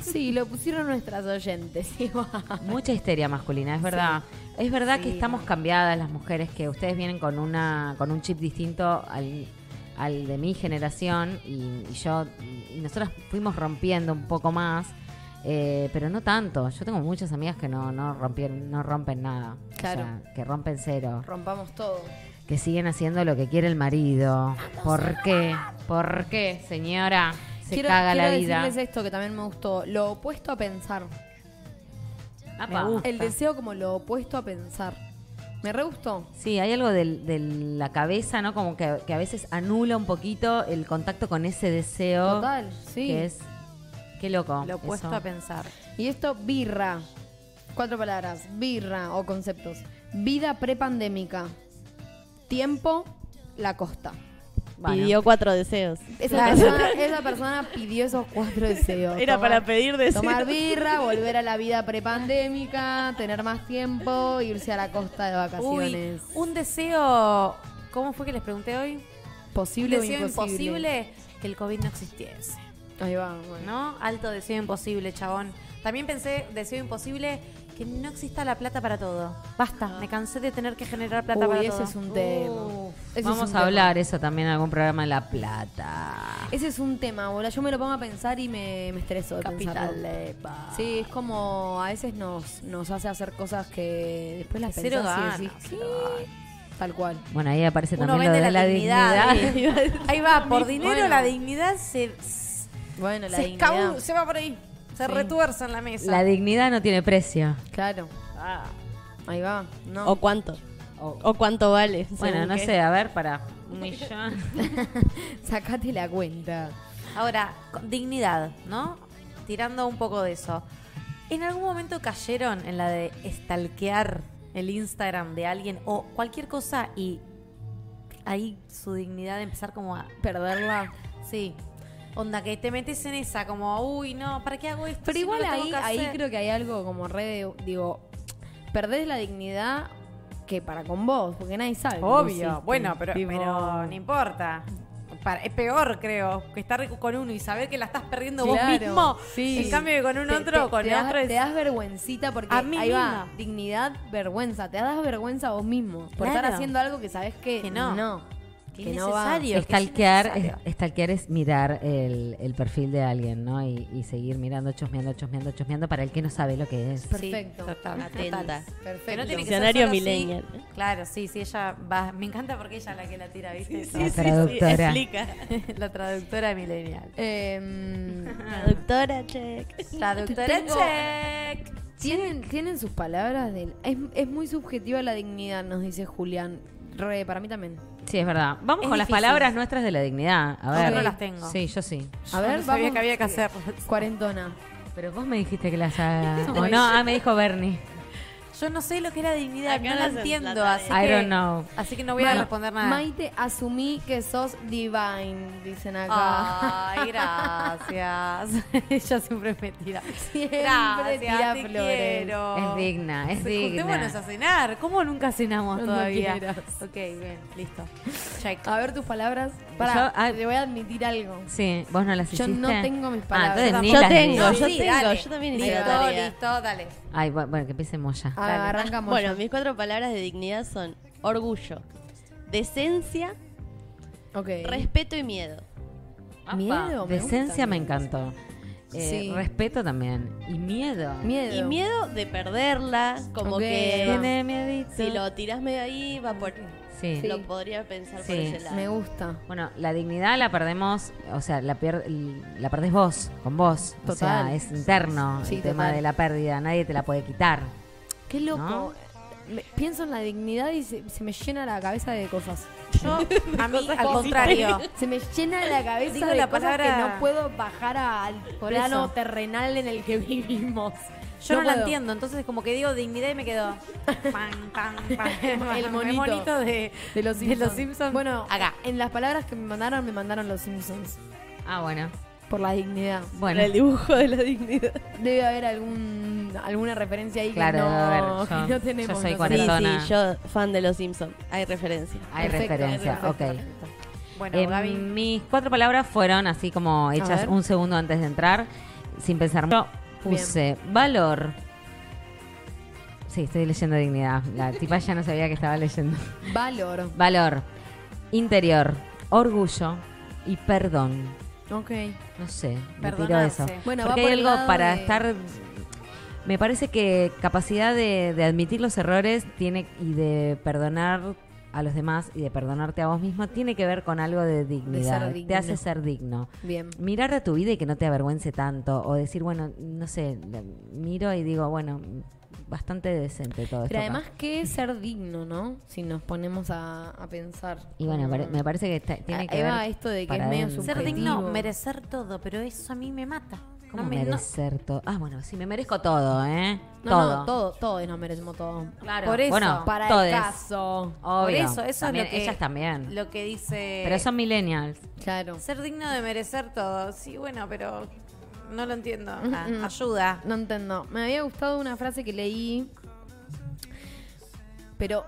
S1: Sí, lo pusieron nuestras oyentes. igual.
S2: Mucha histeria masculina, es verdad. Es verdad que estamos cambiadas las mujeres, que ustedes vienen con una con un chip distinto al, al de mi generación y, y yo y nosotras fuimos rompiendo un poco más, eh, pero no tanto. Yo tengo muchas amigas que no no rompieron, no rompen nada, O
S1: Claro.
S2: sea, que rompen cero,
S1: Rompamos todo.
S2: que siguen haciendo lo que quiere el marido. ¿Por qué? ¿Por qué, señora? Se caga la vida.
S1: decirles esto que también me gustó. Lo opuesto a pensar.
S2: Apa.
S3: Me gusta.
S1: El deseo como lo opuesto a pensar. Me re gustó.
S2: Sí, hay algo del- de la cabeza, ¿no? Como que, que a veces anula un poquito el contacto con ese
S3: Oh,
S2: deseo.
S1: Total, sí.
S2: Que es. Qué loco.
S3: Lo opuesto
S2: eso.
S3: a pensar.
S1: Y esto, birra. Cuatro palabras, birra o conceptos. Vida prepandémica. Tiempo, la costa.
S2: Bueno,
S4: Pidió cuatro deseos.
S1: Esa, persona, esa persona pidió esos cuatro deseos.
S4: Era
S1: Tomar-
S4: para pedir deseos.
S1: Tomar birra, volver a la vida prepandémica, tener más tiempo, irse a la costa de
S3: Uy,
S1: vacaciones.
S3: un deseo. ¿Cómo fue que les pregunté hoy? Un
S1: posible o
S3: deseo
S1: imposible.
S3: imposible que el COVID no existiese.
S1: Ahí va, bueno.
S3: ¿No? Alto deseo imposible, chabón. También pensé, deseo imposible, que no exista la plata para todo. Basta, me cansé de tener que generar plata para
S1: Ah. Uy, ese
S3: todo. Uh.
S1: es un tema. Ese es
S2: Vamos
S1: un
S2: a
S1: tema.
S2: hablar eso también en algún programa de La Plata.
S1: Ese es un tema, boludo. Yo me lo pongo a pensar y me, me estreso de
S3: Capital. Ah.
S1: pensarlo.
S3: Epa.
S1: Sí, es como a veces nos, nos hace hacer cosas que después las
S3: Cero
S1: pensás y
S3: ganas,
S1: decís, "Sí". tal cual.
S2: Bueno, ahí aparece
S3: Uno
S2: también lo
S3: vende
S2: de la,
S3: la dignidad,
S2: dignidad.
S3: ¿eh? Ahí va, por dinero
S1: Bueno.
S3: la dignidad se, se,
S1: Bueno, la dignidad.
S3: escabu- se va por ahí. Se
S1: Sí.
S3: retuerza en la mesa.
S2: La dignidad no tiene precio.
S1: Claro,
S3: Ah.
S1: ahí va. No.
S4: ¿O cuánto?
S2: O-
S4: ¿O cuánto vale?
S2: Oh, bueno,
S4: Oh, según
S2: no
S4: qué.
S2: sé, a ver, para un millón.
S1: Sacate la cuenta.
S3: Ahora, con- dignidad, ¿no? Tirando un poco de eso. ¿En algún momento cayeron en la de estalquear el Instagram de alguien o cualquier cosa y ahí su dignidad de empezar como a...
S1: Perderla.
S3: Sí. Onda, que te metes en esa, como, uy, no, ¿para qué hago esto?
S1: Pero
S3: si no
S1: igual
S3: lo tengo
S1: ahí,
S3: que
S1: ahí
S3: hacer?"
S1: creo que hay algo como re de, digo, perdés la dignidad que para con vos, porque nadie sabe. que lo
S3: Obvio,
S1: hiciste.
S3: bueno, pero,
S1: Tipo,
S3: pero no importa. Para- es peor, creo, que estar con uno y saber que la estás perdiendo vos
S1: Claro,
S3: mismo.
S1: sí.
S3: En cambio, que con un
S1: Te-
S3: otro,
S1: te-
S3: con
S1: te das-
S3: otro es-
S1: Te das vergüencita porque
S3: A mí
S1: ahí va,
S3: misma.
S1: dignidad, vergüenza. Te das vergüenza a vos mismo por estar
S3: Claro.
S1: haciendo algo que sabés que,
S3: Que no. Que
S1: que,
S3: es
S1: no va.
S3: necesario. que es
S2: Estalquear es,
S3: innecesario.
S2: estalquear es mirar el, el perfil de alguien, ¿no? Y, y seguir mirando, chusmeando, chusmeando, chusmeando para el que no sabe lo que es.
S1: Perfecto.
S3: Sí, total,
S4: Atenta.
S3: total.
S1: Perfecto.
S3: Que no tiene que ser
S4: Diccionario
S3: solo, sí.
S4: millennial.
S3: Claro, sí, sí, ella va. Me encanta porque ella es la que la tira, ¿viste?
S2: La traductora.
S4: explica.
S3: la traductora millennial.
S1: Eh, Em,
S4: Traductora, check.
S3: Traductora
S1: Tengo-
S3: check.
S1: ¿Tienen, tienen sus palabras del. Es, es muy subjetiva la dignidad, nos dice Julián. Re, para mí también.
S2: Sí, es verdad. Vamos
S3: Es
S2: con las
S3: difícil.
S2: palabras nuestras de la dignidad. A
S3: Yo
S2: ver.
S1: no
S3: las tengo.
S2: Sí, yo sí.
S1: A ver,
S3: Ah, no sabía
S1: vamos.
S3: que había que hacerlo.
S1: Cuarentona.
S2: Pero vos me dijiste que las haga.
S1: No,
S2: o no, ah, me dijo Bernie.
S3: Yo no sé lo que era dignidad, no
S4: Acá la
S3: la
S4: hacen
S3: entiendo.
S4: la
S3: así
S2: tarea. I
S3: que,
S2: don't know.
S3: Así que no voy
S1: Bueno,
S3: a responder nada.
S1: Maite, asumí que sos divine, dicen acá.
S3: Ay, gracias. Ella siempre me tira.
S1: Siempre
S3: gracias,
S1: tira
S3: te
S1: flores.
S3: quiero.
S2: Es digna, es
S3: Sí,
S2: digna.
S3: Juntémonos a cenar. ¿Cómo nunca cenamos
S1: Cuando
S3: todavía?
S1: quieras.
S3: Ok, bien, listo. Ah, Check.
S1: A ver tus palabras.
S2: Yo-
S1: Para,
S2: ah,
S1: te voy a admitir algo.
S2: Sí, vos no las
S1: Yo
S2: hiciste.
S1: no tengo mis palabras.
S2: Ah, entonces ni
S4: Yo
S2: las
S4: tengo,
S2: digas.
S4: yo tengo, yo también hice
S3: listo,
S4: la tarea.
S3: Listo, dale.
S2: Ay, bu- bueno, que empecemos ya.
S1: Ah, arrancamos.
S4: Bueno,
S1: ya.
S4: mis cuatro palabras de dignidad son orgullo, decencia,
S1: Ok.
S4: respeto y miedo.
S2: Apa.
S1: miedo, me gusta.
S2: Decencia me encantó. Eh,
S1: Sí.
S2: Respeto también. Y miedo.
S1: Miedo.
S4: Y miedo de perderla, como
S1: Ok,
S4: que
S2: Tiene miedito.
S4: si lo tirás medio ahí, va por,
S2: Sí.
S1: Sí.
S4: lo podría pensar por
S2: Sí.
S4: ese lado.
S1: Me gusta.
S2: Bueno, la dignidad la perdemos, o sea, la, pier- la perdés vos, con vos. O
S1: Total.
S2: sea, es interno
S1: Sí,
S2: el tema
S1: total.
S2: de la pérdida, nadie te la puede quitar.
S1: Qué loco.
S2: ¿No?
S1: Me- pienso en la dignidad y se, se me llena la cabeza de cosas.
S3: Yo, a mí, al contrario.
S1: Se me llena la cabeza
S3: Digo
S1: de
S3: la
S1: cosas que
S3: palabra-
S1: no puedo bajar a- al
S3: Por
S1: plano
S3: eso.
S1: terrenal en el que vivimos.
S3: Yo no, la
S1: puedo.
S3: entiendo, entonces como que digo dignidad y me quedo pan, pan, pan.
S1: El monito.
S3: de,
S1: De los Simpsons.
S3: Simpsons.
S1: Bueno,
S3: acá.
S1: en las palabras que me mandaron, me mandaron los Simpsons.
S2: Ah, bueno.
S1: Por la dignidad.
S2: Bueno,
S4: El dibujo de la dignidad.
S1: Debe haber algún alguna referencia ahí
S2: Claro,
S1: que,
S2: debe
S1: no,
S2: haber. Yo-
S1: que no tenemos.
S2: yo
S1: nosotros.
S2: soy
S4: Sí,
S2: Cuarentona.
S4: sí, yo fan de los Simpsons. Hay referencia.
S2: hay
S1: perfecto,
S2: referencia,
S1: perfecto,
S2: ok.
S1: perfecto.
S3: Bueno,
S2: Eh,
S3: Gaby,
S2: mis cuatro palabras fueron así como hechas
S1: ver.
S2: un segundo antes de entrar, sin pensar mucho. Puse valor. Sí, estoy leyendo dignidad. La tipa ya no sabía que estaba leyendo.
S1: Valor.
S2: Valor, interior, orgullo y perdón.
S1: Ok.
S2: No sé, me tiro
S3: Perdonarse.
S2: eso.
S1: Bueno, va
S2: Porque
S1: por
S2: hay
S1: el
S2: algo
S1: lado
S2: para
S1: de-
S2: estar. Me parece que capacidad de, de admitir los errores tiene y de perdonar a los demás y de perdonarte a vos mismo tiene que ver con algo de dignidad.
S1: digno.
S2: Te hace ser digno.
S1: Bien.
S2: Mirar a tu vida y que no te avergüence tanto. O decir, bueno, no sé, la- miro y digo, bueno, bastante decente todo esto.
S1: Pero
S2: acá.
S1: además, ¿qué es ser digno, no? Si nos ponemos a, a pensar.
S2: y bueno, pare-
S1: Mm.
S2: me parece que está- tiene que
S1: Ahí
S2: ver.
S1: va esto de que
S2: para
S1: es medio
S2: adentro.
S3: ser
S1: subjetivo.
S3: digno, merecer todo, pero eso a mí me mata.
S2: ¿Cómo
S3: no me, no-
S2: merecer todo? Ah, bueno, sí, me merezco todo, ¿eh?
S1: No,
S2: todo.
S1: no, todo, todos nos merecemos todo.
S2: Claro.
S3: Por eso,
S2: Bueno,
S1: Para
S2: todes.
S1: el caso.
S2: Obvio.
S3: Por eso, eso
S2: También,
S3: es lo que.
S2: Ellas también.
S3: Lo que dice.
S2: Pero son millennials.
S1: Claro.
S3: Ser digno de merecer todo. Sí, bueno, pero no lo entiendo. Ah, ayuda.
S1: No entiendo. Me había gustado una frase que leí, pero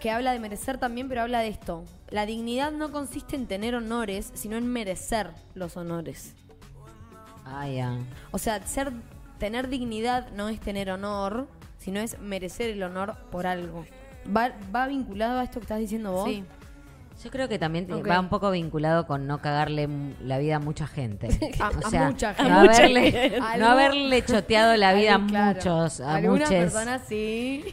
S1: que habla de merecer también, pero habla de esto. La dignidad no consiste en tener honores, sino en merecer los honores.
S2: Ah, ya.
S1: O sea, ser, tener dignidad no es tener honor, sino es merecer el honor por algo. Va, va vinculado a esto que estás diciendo vos.
S3: Sí.
S2: Yo creo que también te-
S1: Ok.
S2: va un poco vinculado con no cagarle m- la vida a mucha gente.
S1: A-
S2: o
S1: a
S2: sea,
S1: mucha
S2: no,
S1: gente. A mucha
S2: haberle,
S1: gente.
S2: no
S1: Algo-
S2: haberle choteado la vida a
S1: Ahí, claro.
S2: muchos, a
S1: Algunas
S2: muchos.
S1: personas sí.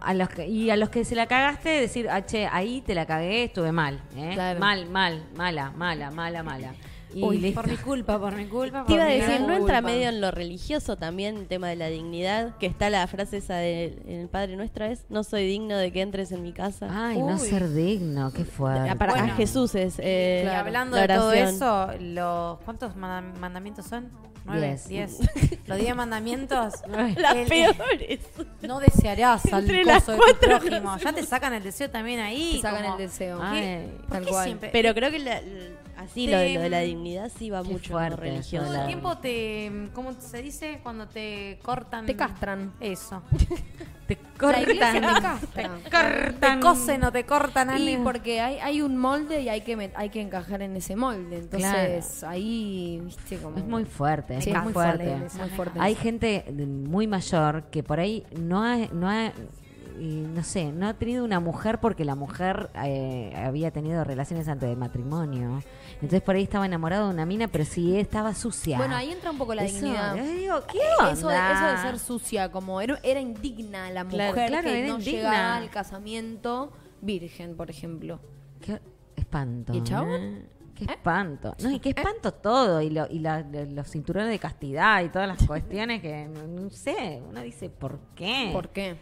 S2: A los que, y a los que se la cagaste, decir, ah, che, ahí te la cagué, estuve mal. ¿eh?
S1: Claro.
S2: Mal, mal, mala, mala, mala, mala. Y
S1: Uy,
S2: listo.
S3: Por mi culpa, por mi culpa.
S4: Te
S3: por
S4: iba a
S3: mi
S4: decir, ¿no
S3: culpa.
S4: entra medio en lo religioso también el tema de la dignidad? Que está la frase esa del en el Padre Nuestro es, no soy digno de que entres en mi casa.
S2: Ay, no
S1: Uy.
S2: ser digno, qué fuerte.
S4: Ah, para
S3: bueno.
S4: a Jesús es eh,
S3: Y
S1: Claro.
S3: hablando
S4: la
S3: de todo
S4: oración.
S3: eso, los ¿cuántos manda- mandamientos son? Nueve,
S2: Diez.
S3: diez. Los diez mandamientos.
S4: Las
S3: El-
S4: peores.
S3: No desearás al
S4: Entre las
S3: coso de tu
S4: cuatro
S3: prójimo. Ya te sacan el deseo también ahí.
S1: Te sacan
S3: como,
S1: el deseo.
S3: ¿qué-
S2: Ay,
S3: ¿Por
S1: tal
S3: qué
S1: cual.
S3: siempre?
S4: Pero creo que la- l- así
S3: Sí.
S4: lo, de, lo de la dignidad sí va
S2: Qué
S4: mucho en
S2: fuerte
S4: lo
S2: eso,
S4: religioso.
S3: todo
S2: la-
S3: el tiempo te. ¿Cómo se dice? Cuando te cortan.
S1: Te castran.
S3: Eso.
S2: Te
S1: La iglesia
S2: cortan.
S1: te castra.
S3: Te cosen o te cortan
S1: Y
S3: algo.
S1: porque hay, hay un molde y hay que met- hay que encajar en ese molde. Entonces, ahí, viste, como.
S2: Es muy fuerte, es
S1: Sí,
S2: muy fuerte.
S1: Muy fuerte.
S2: Hay gente de- muy mayor que por ahí no ha, no ha- y no sé, no ha tenido una mujer porque la mujer eh, había tenido relaciones antes del matrimonio. Entonces por ahí estaba enamorado de una mina, pero sí estaba sucia.
S1: Bueno, ahí entra un poco la
S2: Eso,
S1: dignidad. Eh,
S2: yo digo, ¿qué
S1: Eso, de,
S2: onda?
S1: eso de ser sucia, como era, era indigna la mujer
S2: Claro, claro,
S1: que
S2: era
S1: no
S2: indigna.
S1: llegaba al casamiento virgen, por ejemplo.
S2: Qué espanto.
S1: ¿Y el chabón? ¿Eh?
S2: ¿eh? Qué espanto. No, y qué espanto todo. Y, lo- y la- lo- los cinturones de castidad y todas las cuestiones que, no, no sé, uno dice, ¿por qué?
S1: ¿Por qué?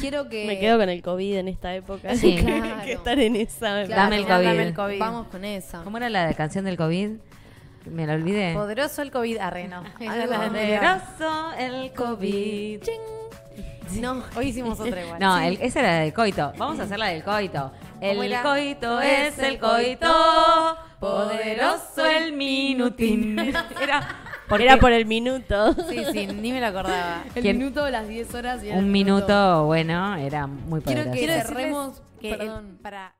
S1: Quiero que.
S4: Me quedo con el COVID en esta época.
S2: Sí.
S4: que-
S1: Claro.
S4: que estar en esa.
S1: Claro,
S2: Dame el
S1: claro,
S2: COVID.
S1: Vamos con esa.
S2: ¿Cómo era la canción del COVID? Me la olvidé.
S3: Poderoso el COVID. Arreno.
S1: Algo
S2: Poderoso el COVID.
S1: Ching. No,
S3: Hoy hicimos otra igual.
S2: No, el- esa era la del coito. Vamos a hacer la del coito. El
S3: ¿Cómo era?
S2: coito es el coito, poderoso el minutín. Era, porque
S4: Era por el minuto.
S3: Sí, sí, ni me lo acordaba.
S1: el
S2: ¿Quién?
S1: minuto de las 10 horas. y era el
S2: un minuto, bueno, era muy
S1: Quiero
S2: poderoso.
S1: que-
S3: Quiero decirles
S1: Cerremos,
S3: que el-
S1: perdón.
S3: para